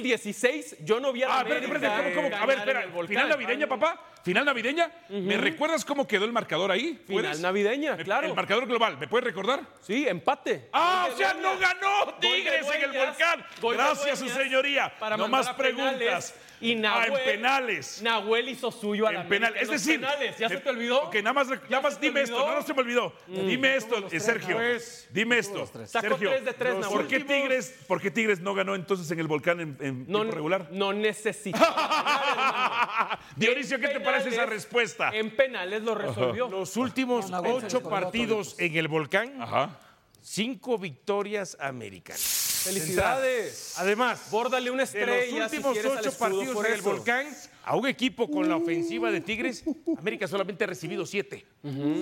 [SPEAKER 12] 2016, yo no vi a la
[SPEAKER 9] Ah, espérate, espérate,
[SPEAKER 12] América
[SPEAKER 9] ¿cómo, cómo? A
[SPEAKER 12] ganar
[SPEAKER 9] ver,
[SPEAKER 12] en
[SPEAKER 9] espera.
[SPEAKER 12] el volcán.
[SPEAKER 9] ¿Final navideña, papá? ¿Final navideña? ¿Me recuerdas cómo quedó el marcador ahí?
[SPEAKER 12] Final
[SPEAKER 9] navideña, claro. El marcador global, ¿me puedes recordar?
[SPEAKER 12] Sí, empate.
[SPEAKER 9] ¡Ah,
[SPEAKER 12] Gol
[SPEAKER 9] o
[SPEAKER 12] de
[SPEAKER 9] sea, no
[SPEAKER 12] Dueñas.
[SPEAKER 9] ganó
[SPEAKER 12] Gol de
[SPEAKER 9] Tigres en el
[SPEAKER 12] Dueñas,
[SPEAKER 9] volcán!
[SPEAKER 12] gol de
[SPEAKER 9] Gracias, su
[SPEAKER 12] Dueñas
[SPEAKER 9] señoría.
[SPEAKER 12] para
[SPEAKER 9] no
[SPEAKER 12] mandar
[SPEAKER 9] más
[SPEAKER 12] a penales.
[SPEAKER 9] preguntas.
[SPEAKER 12] Y
[SPEAKER 9] Ah,
[SPEAKER 12] Nahuel,
[SPEAKER 9] en penales.
[SPEAKER 12] Nahuel hizo suyo a la
[SPEAKER 9] En penal.
[SPEAKER 12] América
[SPEAKER 9] Es
[SPEAKER 12] en los
[SPEAKER 9] decir,
[SPEAKER 12] penales. ¿Ya se
[SPEAKER 9] me-
[SPEAKER 12] te olvidó?
[SPEAKER 9] Ok, nada más, rec- nada más dime esto. No, no se me olvidó.
[SPEAKER 12] Mm.
[SPEAKER 9] Dime esto, eh, Sergio. Dime esto.
[SPEAKER 12] Sacó
[SPEAKER 9] Sergio,
[SPEAKER 12] tres de tres,
[SPEAKER 9] los
[SPEAKER 12] Nahuel.
[SPEAKER 9] ¿por, qué Tigres, ¿por qué Tigres no ganó entonces en el volcán en, en
[SPEAKER 12] No-
[SPEAKER 9] tiempo regular?
[SPEAKER 12] No necesitaba
[SPEAKER 9] [laughs] Dionisio, ¿qué te parece
[SPEAKER 10] ¿eh?
[SPEAKER 9] esa
[SPEAKER 12] penales.
[SPEAKER 9] respuesta? [laughs]
[SPEAKER 12] En penales lo resolvió.
[SPEAKER 14] Los últimos
[SPEAKER 12] No, Nahuel se
[SPEAKER 14] ocho
[SPEAKER 12] recordó a
[SPEAKER 14] partidos en el volcán,
[SPEAKER 9] Ajá.
[SPEAKER 14] cinco victorias americanas.
[SPEAKER 12] Felicidades.
[SPEAKER 14] Además,
[SPEAKER 12] bórdale
[SPEAKER 14] de
[SPEAKER 12] una estrella
[SPEAKER 14] los
[SPEAKER 12] si
[SPEAKER 14] últimos
[SPEAKER 12] quieres al
[SPEAKER 14] ocho
[SPEAKER 12] escudo
[SPEAKER 14] partidos
[SPEAKER 12] por
[SPEAKER 14] en el
[SPEAKER 12] eso.
[SPEAKER 14] volcán, a un equipo con la ofensiva de [laughs] Tigres, América solamente ha recibido siete.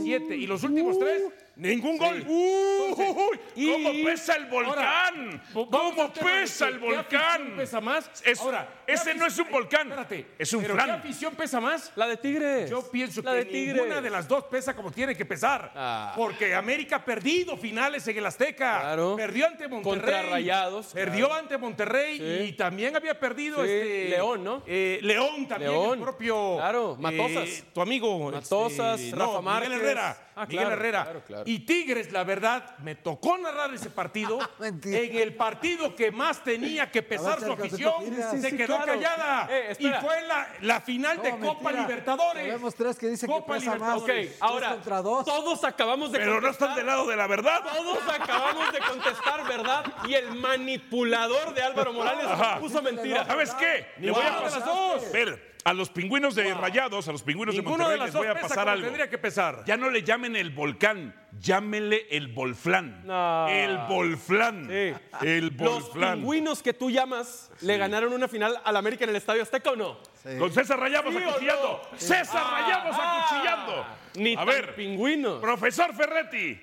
[SPEAKER 14] Siete. Y los últimos tres, ningún gol. Entonces,
[SPEAKER 9] ¿Cómo pesa el volcán? ¿Cómo pesa el volcán?
[SPEAKER 14] pesa más?
[SPEAKER 9] Es-
[SPEAKER 14] Ahora,
[SPEAKER 9] ese
[SPEAKER 14] ¿qué
[SPEAKER 9] no es un volcán. es un
[SPEAKER 14] ¿Pero
[SPEAKER 9] flan.
[SPEAKER 14] qué afición pesa más?
[SPEAKER 12] La de Tigres.
[SPEAKER 14] Yo pienso
[SPEAKER 12] La
[SPEAKER 14] que
[SPEAKER 12] de Tigres. Ah.
[SPEAKER 14] ninguna de las dos pesa como tiene que pesar. Porque América ha perdido finales en el Azteca. Perdió ante Monterrey.
[SPEAKER 12] Contra Rayados,
[SPEAKER 14] Perdió
[SPEAKER 12] claro.
[SPEAKER 14] ante Monterrey
[SPEAKER 12] Sí.
[SPEAKER 14] y también había perdido
[SPEAKER 12] Sí,
[SPEAKER 14] este,
[SPEAKER 12] León, ¿no?
[SPEAKER 14] eh, León también,
[SPEAKER 12] León.
[SPEAKER 14] el propio.
[SPEAKER 12] Claro, Matosas.
[SPEAKER 14] eh, tu amigo.
[SPEAKER 12] Matosas,
[SPEAKER 14] este,
[SPEAKER 12] Rafa Márquez.
[SPEAKER 14] Miguel Herrera.
[SPEAKER 12] Ah,
[SPEAKER 14] Miguel
[SPEAKER 12] claro,
[SPEAKER 14] Herrera.
[SPEAKER 12] claro, claro.
[SPEAKER 14] Y Tigres, la verdad, me tocó narrar ese partido. en el partido que más tenía que pesar
[SPEAKER 12] A ver,
[SPEAKER 14] su
[SPEAKER 12] Sergio,
[SPEAKER 14] afición,
[SPEAKER 12] ¿tú opinas? Sí,
[SPEAKER 14] se
[SPEAKER 12] sí,
[SPEAKER 14] quedó
[SPEAKER 12] claro.
[SPEAKER 14] callada.
[SPEAKER 12] Eh,
[SPEAKER 14] y
[SPEAKER 12] espera.
[SPEAKER 14] fue la, la final de
[SPEAKER 13] No,
[SPEAKER 14] Copa
[SPEAKER 13] mentira.
[SPEAKER 14] Libertadores.
[SPEAKER 13] Sabemos tres que dicen
[SPEAKER 14] Copa
[SPEAKER 13] que pesa más.
[SPEAKER 14] Libertadores.
[SPEAKER 13] Tres
[SPEAKER 12] Ok, ahora,
[SPEAKER 13] contra dos.
[SPEAKER 12] todos acabamos de
[SPEAKER 9] Pero no
[SPEAKER 12] contestar-
[SPEAKER 9] están del lado de la verdad.
[SPEAKER 12] Todos acabamos de contestar verdad y el manipulador de Álvaro Morales
[SPEAKER 9] Ajá.
[SPEAKER 12] puso mentira.
[SPEAKER 9] ¿Sabes qué?
[SPEAKER 12] Ninguna de las dos.
[SPEAKER 9] Ver, a los pingüinos de Rayados, a los pingüinos de
[SPEAKER 14] Ninguno de las
[SPEAKER 9] Monterrey les
[SPEAKER 14] dos
[SPEAKER 9] voy a
[SPEAKER 14] pesa
[SPEAKER 9] pasar
[SPEAKER 14] como
[SPEAKER 9] algo.
[SPEAKER 14] tendría
[SPEAKER 9] que pesar. Ya no le llamen el volcán, llámenle el bolflán. El bolflán. El
[SPEAKER 12] Los
[SPEAKER 9] bolflán.
[SPEAKER 12] pingüinos que tú llamas le ganaron una final al América en el Estadio Azteca o no?
[SPEAKER 9] Con César Rayamos acuchillando. César Rayamos acuchillando.
[SPEAKER 12] Ah. Ni
[SPEAKER 9] a ver, pingüino. Profesor Ferretti,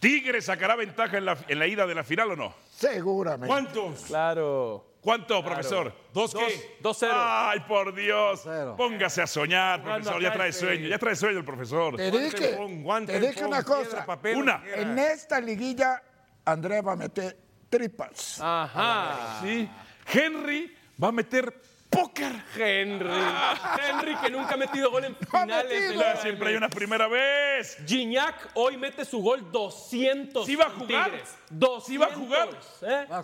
[SPEAKER 9] ¿Tigre sacará ventaja en la, en la ida de la final o no?
[SPEAKER 10] Seguramente.
[SPEAKER 9] ¿Cuántos?
[SPEAKER 12] Claro.
[SPEAKER 9] ¿Cuánto, profesor? ¿Dos qué? Dos cero. Ay, por Dios. Póngase a soñar, profesor. Ya trae
[SPEAKER 10] calce.
[SPEAKER 9] sueño. Ya trae sueño el profesor.
[SPEAKER 10] Te dije, te dije una cosa.
[SPEAKER 9] Una.
[SPEAKER 10] En esta liguilla, Andrés va a meter tripas.
[SPEAKER 12] Ajá.
[SPEAKER 9] Sí. Henry va a meter póker.
[SPEAKER 12] Henry. Henry que nunca ha metido gol en finales. de la
[SPEAKER 9] Ah. metido. Siempre hay una primera vez.
[SPEAKER 12] Gignac hoy mete su gol 200.
[SPEAKER 9] ¿Sí va a jugar?
[SPEAKER 12] ¿Sí va a jugar?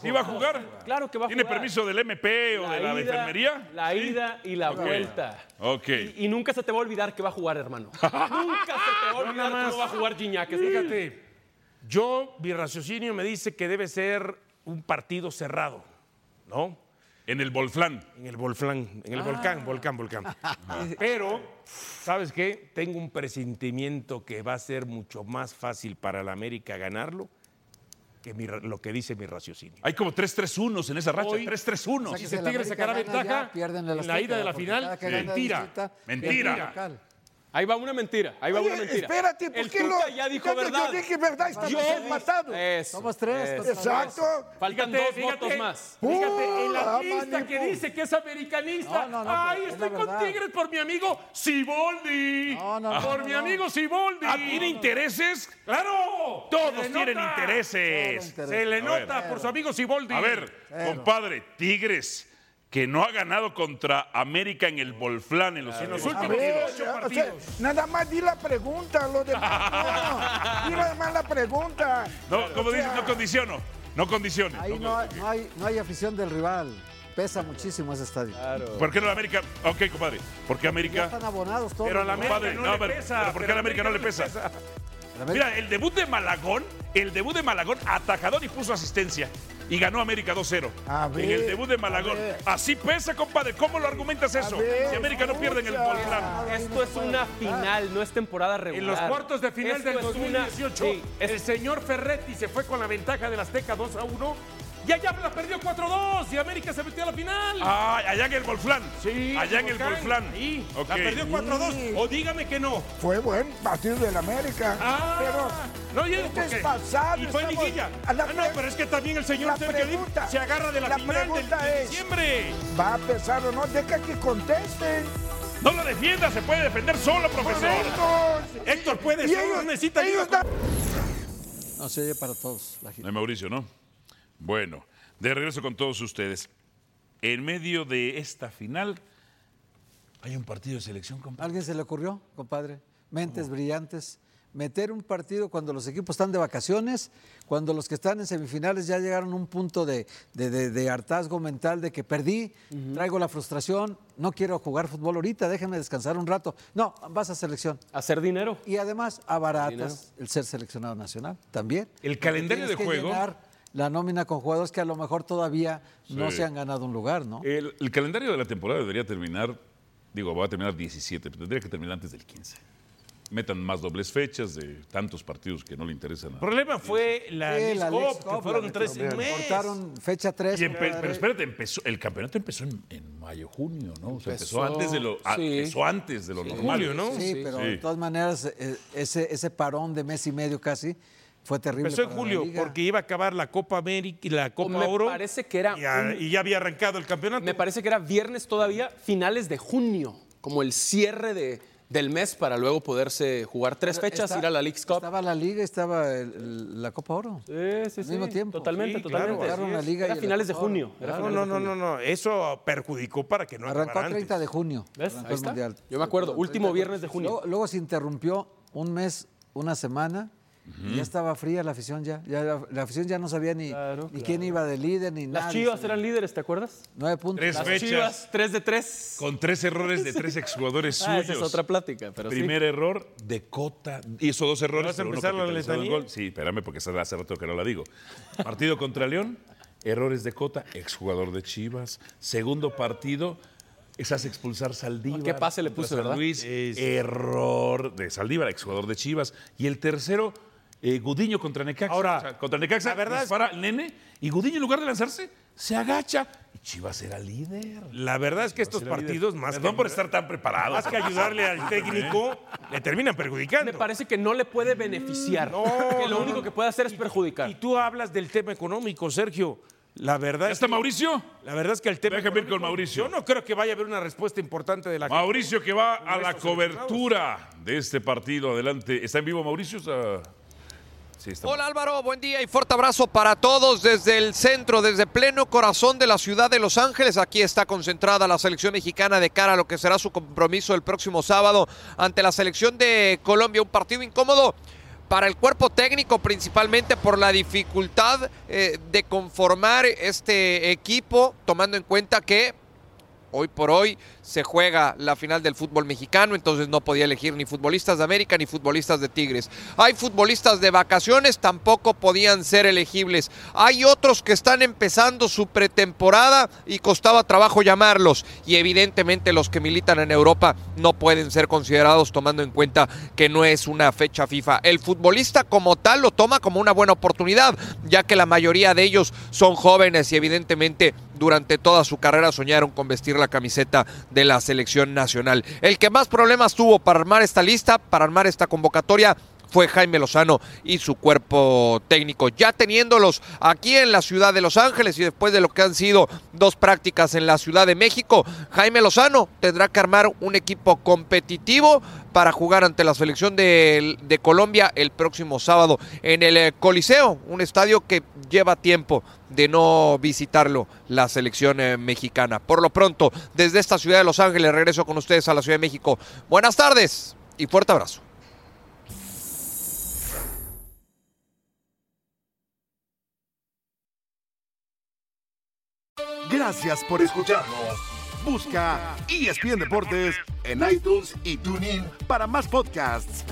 [SPEAKER 9] ¿Sí va a jugar?
[SPEAKER 12] ¿eh? Claro que va a
[SPEAKER 9] ¿Tiene
[SPEAKER 12] jugar.
[SPEAKER 9] permiso del MP o de la
[SPEAKER 12] ida,
[SPEAKER 9] enfermería?
[SPEAKER 12] La ida y la
[SPEAKER 9] Ok.
[SPEAKER 12] vuelta.
[SPEAKER 9] Ok.
[SPEAKER 12] Y nunca se te va a olvidar que va a jugar,
[SPEAKER 14] [laughs]
[SPEAKER 12] hermano. nunca se te va a olvidar que no va a jugar Gignac.
[SPEAKER 14] Fíjate, yo, mi raciocinio me dice que debe ser un partido cerrado, ¿no?
[SPEAKER 9] En el Volflán.
[SPEAKER 14] En el Volflán, en el
[SPEAKER 9] Ah.
[SPEAKER 14] volcán, volcán, [laughs] volcán. Eh, Pero, ¿sabes qué? Tengo un presentimiento que va a ser mucho más fácil para el América ganarlo que mi ra- lo que dice mi raciocinio.
[SPEAKER 9] Hay como 3-3-1 en esa racha.
[SPEAKER 14] Hoy-
[SPEAKER 9] 3-3-1.
[SPEAKER 14] O sea, que si el Tigre sacará ventaja en la ida de la final, mentira.
[SPEAKER 9] Mentira.
[SPEAKER 12] Ahí va una mentira. Ahí va
[SPEAKER 10] Oye,
[SPEAKER 12] una mentira.
[SPEAKER 10] espérate, ¿por
[SPEAKER 12] El
[SPEAKER 10] qué lo-
[SPEAKER 12] Tuca ya dijo
[SPEAKER 10] yo- yo
[SPEAKER 12] verdad.
[SPEAKER 10] dije verdad, estamos empatados.
[SPEAKER 12] Eso,
[SPEAKER 10] Somos tres,
[SPEAKER 12] eso.
[SPEAKER 10] pues, Exacto.
[SPEAKER 12] Faltan
[SPEAKER 14] Fíjate,
[SPEAKER 12] dos
[SPEAKER 14] fíjate,
[SPEAKER 12] votos más.
[SPEAKER 14] Fíjate, el
[SPEAKER 10] Ah,
[SPEAKER 14] artista que
[SPEAKER 10] manipul-
[SPEAKER 14] dice que es americanista. Ay, estoy con Tigres por mi amigo Siboldi.
[SPEAKER 9] no,
[SPEAKER 14] por
[SPEAKER 9] no,
[SPEAKER 14] mi
[SPEAKER 9] no.
[SPEAKER 14] amigo Siboldi.
[SPEAKER 9] Ah, ¿tiene intereses?
[SPEAKER 14] ¡Claro! Se
[SPEAKER 9] Todos
[SPEAKER 14] le
[SPEAKER 9] tienen
[SPEAKER 14] nota.
[SPEAKER 9] intereses.
[SPEAKER 14] Se le
[SPEAKER 9] A ver.
[SPEAKER 14] nota por su amigo Siboldi.
[SPEAKER 9] A ver, compadre, Tigres, que no ha ganado contra América en el Volflán en los últimos
[SPEAKER 10] A
[SPEAKER 9] partidos.
[SPEAKER 10] ver, o sea, nada más di la pregunta, lo demás no. Di nada más la pregunta.
[SPEAKER 9] No, como
[SPEAKER 10] O sea,
[SPEAKER 9] dices, no condiciono. No condiciones.
[SPEAKER 13] Ahí no hay, no hay- no hay afición del rival. Pesa muchísimo ese estadio. Claro.
[SPEAKER 9] ¿Por qué no la América? Ok, compadre. ¿Por qué
[SPEAKER 13] Ya
[SPEAKER 9] América?
[SPEAKER 13] están abonados todos.
[SPEAKER 9] Pero a la América no, le pesa. ¿Por qué a la América no le pesa? Mira, el debut de Malagón, el debut de Malagón, atacador y puso asistencia. Y ganó América 2-0.
[SPEAKER 10] A
[SPEAKER 9] En
[SPEAKER 10] ver,
[SPEAKER 9] el debut de
[SPEAKER 10] a
[SPEAKER 9] Malagón.
[SPEAKER 10] ver.
[SPEAKER 9] Así pesa, compadre. ¿Cómo lo argumentas eso?
[SPEAKER 10] ver,
[SPEAKER 9] si América no pierde en el Volcán.
[SPEAKER 12] Esto es una final, no es temporada regular.
[SPEAKER 14] En los cuartos de final
[SPEAKER 12] Esto
[SPEAKER 14] del
[SPEAKER 12] es una-
[SPEAKER 14] 2018,
[SPEAKER 12] Sí, es-
[SPEAKER 14] el señor Ferretti se fue con la ventaja del Azteca 2 a 1 y allá la perdió 4-2 y América se metió a la final.
[SPEAKER 9] Ah, allá en el Volflán.
[SPEAKER 14] Sí,
[SPEAKER 9] Allá en el
[SPEAKER 14] Volcán,
[SPEAKER 9] Volflán.
[SPEAKER 14] ahí.
[SPEAKER 9] Ok.
[SPEAKER 14] La perdió 4-2. O dígame que no. Ah.
[SPEAKER 10] Fue buen partido del América. pero
[SPEAKER 14] No, y
[SPEAKER 10] este
[SPEAKER 14] porque-
[SPEAKER 10] es pasado.
[SPEAKER 14] Y fue
[SPEAKER 10] estamos-
[SPEAKER 14] liguilla.
[SPEAKER 10] a la
[SPEAKER 14] Ah, no,
[SPEAKER 10] pre-
[SPEAKER 14] pero es que también el señor
[SPEAKER 10] la
[SPEAKER 14] Sergio Dip
[SPEAKER 10] pregunta-
[SPEAKER 14] se agarra de la, final del,
[SPEAKER 10] pregunta
[SPEAKER 14] de
[SPEAKER 10] es,
[SPEAKER 14] diciembre.
[SPEAKER 10] ¿Va a pesar o no? Deja que contesten.
[SPEAKER 9] No lo defienda, se puede defender solo, profesor.
[SPEAKER 14] Héctor puede
[SPEAKER 10] Y
[SPEAKER 14] solo,
[SPEAKER 10] ellos-
[SPEAKER 14] no necesita
[SPEAKER 10] ellos
[SPEAKER 14] ayuda.
[SPEAKER 13] No se oye para todos. la gente.
[SPEAKER 9] No hay Mauricio, ¿no? Bueno, de regreso con todos ustedes. En medio de esta final hay un partido de selección, compadre.
[SPEAKER 13] ¿Alguien se le ocurrió, compadre? Mentes brillantes. Meter un partido cuando los equipos están de vacaciones, cuando los que están en semifinales ya llegaron a un punto de, de- de- de hartazgo mental de que perdí, traigo la frustración, no quiero jugar fútbol ahorita, déjenme descansar un rato. No, vas a selección.
[SPEAKER 12] Hacer dinero.
[SPEAKER 13] Y además abaratas el ser seleccionado nacional también.
[SPEAKER 9] El calendario
[SPEAKER 13] Tienes
[SPEAKER 9] de
[SPEAKER 13] que
[SPEAKER 9] juego.
[SPEAKER 13] llenar La nómina con jugadores que a lo mejor todavía no
[SPEAKER 9] Sí.
[SPEAKER 13] se han ganado un lugar, ¿no?
[SPEAKER 9] El, el calendario de la temporada debería terminar, digo, va a terminar 17, pero tendría que terminar antes del 15. Metan más dobles fechas de tantos partidos que no le interesan a
[SPEAKER 14] El problema fue la
[SPEAKER 13] Sí,
[SPEAKER 14] League
[SPEAKER 13] la Leagues
[SPEAKER 14] Cup, que
[SPEAKER 13] Cup,
[SPEAKER 14] fueron
[SPEAKER 13] la
[SPEAKER 14] tres
[SPEAKER 13] Leagues Cup.
[SPEAKER 14] meses.
[SPEAKER 13] Cortaron fecha 3.
[SPEAKER 9] Y empe- pero espérate, empezó, el campeonato empezó en, en mayo, junio, ¿no? O sea, empezó,
[SPEAKER 13] Empezó,
[SPEAKER 9] antes de lo, a-
[SPEAKER 13] sí.
[SPEAKER 9] empezó antes de lo normal.
[SPEAKER 13] Sí, pero de todas maneras, eh, ese, ese parón de mes y medio casi fue terrible.
[SPEAKER 14] Empezó en
[SPEAKER 13] para la
[SPEAKER 14] julio
[SPEAKER 13] liga.
[SPEAKER 14] porque iba a acabar la Copa América y la Copa
[SPEAKER 12] me
[SPEAKER 14] Oro.
[SPEAKER 12] parece que era
[SPEAKER 14] y, a-
[SPEAKER 12] un-
[SPEAKER 14] y ya había arrancado el campeonato.
[SPEAKER 12] Me parece que era viernes todavía, finales de junio, como el cierre de, del mes para luego poderse jugar tres
[SPEAKER 13] Pero
[SPEAKER 12] fechas,
[SPEAKER 13] está-
[SPEAKER 12] ir a la Leagues Cup.
[SPEAKER 13] Estaba la liga, estaba el- el- la Copa Oro.
[SPEAKER 12] Sí, sí,
[SPEAKER 13] Al mismo tiempo.
[SPEAKER 12] Totalmente,
[SPEAKER 13] Sí, claro,
[SPEAKER 12] totalmente.
[SPEAKER 13] jugaron la Liga
[SPEAKER 12] era
[SPEAKER 13] y la
[SPEAKER 12] finales de
[SPEAKER 13] Copa Oro.
[SPEAKER 12] junio. era
[SPEAKER 13] Claro.
[SPEAKER 14] No,
[SPEAKER 12] finales
[SPEAKER 14] no,
[SPEAKER 12] de
[SPEAKER 14] no,
[SPEAKER 12] junio.
[SPEAKER 14] no, no, eso perjudicó para que no
[SPEAKER 13] Arrancó
[SPEAKER 14] acabara
[SPEAKER 13] el 30 de
[SPEAKER 14] antes.
[SPEAKER 13] junio.
[SPEAKER 12] ¿Ves?
[SPEAKER 13] arrancó
[SPEAKER 12] Ahí
[SPEAKER 13] el
[SPEAKER 12] está.
[SPEAKER 13] Mundial.
[SPEAKER 12] Yo me acuerdo, último viernes de junio.
[SPEAKER 13] Luego, luego se interrumpió un mes, una semana. y Ya estaba fría la afición ya. ya la, la afición ya no sabía ni, ni quién iba de líder ni nada.
[SPEAKER 12] Las Chivas eran líderes, ¿te acuerdas?
[SPEAKER 13] Nueve puntos.
[SPEAKER 9] Tres
[SPEAKER 12] Las
[SPEAKER 9] fechas.
[SPEAKER 12] Chivas, tres de tres.
[SPEAKER 9] Con tres
[SPEAKER 13] [laughs]
[SPEAKER 9] errores de tres exjugadores
[SPEAKER 12] Ah,
[SPEAKER 9] suyos.
[SPEAKER 12] esa es otra plática, pero Pues sí.
[SPEAKER 9] Primer error de Cota. Hizo dos errores.
[SPEAKER 14] ¿Vas a
[SPEAKER 9] pero uno
[SPEAKER 14] empezar la
[SPEAKER 9] capitalizado en
[SPEAKER 14] letanía?
[SPEAKER 9] gol. Sí, espérame, porque esa hace rato que no la digo. Partido contra León, errores de Cota, exjugador de Chivas. Segundo partido, esas expulsar Saldívar.
[SPEAKER 12] ¿Qué pase le puso,
[SPEAKER 9] San
[SPEAKER 12] verdad?
[SPEAKER 9] Luis,
[SPEAKER 12] Sí, sí.
[SPEAKER 9] error de Saldívar, exjugador de Chivas. Y el tercero, eh, Gudiño contra Necaxa.
[SPEAKER 14] Ahora,
[SPEAKER 9] O sea, contra Necaxa,
[SPEAKER 14] la verdad es-
[SPEAKER 9] dispara Nene y Gudiño en lugar de lanzarse, se agacha. Y Chivas era líder.
[SPEAKER 14] La verdad es que estos
[SPEAKER 9] Chivas era
[SPEAKER 14] partidos,
[SPEAKER 9] líder.
[SPEAKER 14] más
[SPEAKER 9] Perdón
[SPEAKER 14] que-
[SPEAKER 9] por estar tan preparados.
[SPEAKER 14] Más que ayudarle al técnico, le terminan perjudicando.
[SPEAKER 12] Me parece que no le puede beneficiar. que lo único que puede hacer es perjudicar.
[SPEAKER 14] Y tú hablas del tema económico, Sergio. La verdad. ¿Ya está
[SPEAKER 9] Mauricio?
[SPEAKER 14] La verdad es que el tema. Déjame ir con Mauricio. Yo no creo que vaya a haber una respuesta importante de la
[SPEAKER 9] Mauricio que va a la cobertura de este partido. Adelante. ¿Está en vivo Mauricio? Está- Sí, está.
[SPEAKER 16] Hola Álvaro, buen día y fuerte abrazo para todos desde el centro, desde pleno corazón de la ciudad de Los Ángeles. Aquí está concentrada la selección mexicana de cara a lo que será su compromiso el próximo sábado ante la selección de Colombia. Un partido incómodo para el cuerpo técnico principalmente por la dificultad eh, de conformar este equipo, tomando en cuenta que Hoy por hoy se juega la final del fútbol mexicano, entonces no podía elegir ni futbolistas de América ni futbolistas de Tigres. Hay futbolistas de vacaciones, tampoco podían ser elegibles. Hay otros que están empezando su pretemporada y costaba trabajo llamarlos. Y evidentemente los que militan en Europa no pueden ser considerados tomando en cuenta que no es una fecha FIFA. El futbolista como tal lo toma como una buena oportunidad, ya que la mayoría de ellos son jóvenes y evidentemente durante toda su carrera soñaron con vestir la camiseta de la selección nacional. El que más problemas tuvo para armar esta lista, para armar esta convocatoria, fue Jaime Lozano y su cuerpo técnico. Ya teniéndolos aquí en la ciudad de Los Ángeles y después de lo que han sido dos prácticas en la Ciudad de México, Jaime Lozano tendrá que armar un equipo competitivo para jugar ante la selección de, de Colombia el próximo sábado en el eh, Coliseo, un estadio que lleva tiempo de no visitarlo la selección eh, mexicana. Por lo pronto, desde esta ciudad de Los Ángeles regreso con ustedes a la Ciudad de México. Buenas tardes y fuerte abrazo.
[SPEAKER 1] Gracias por escucharnos. Busca E ESPN Deportes en iTunes y TuneIn para más podcasts.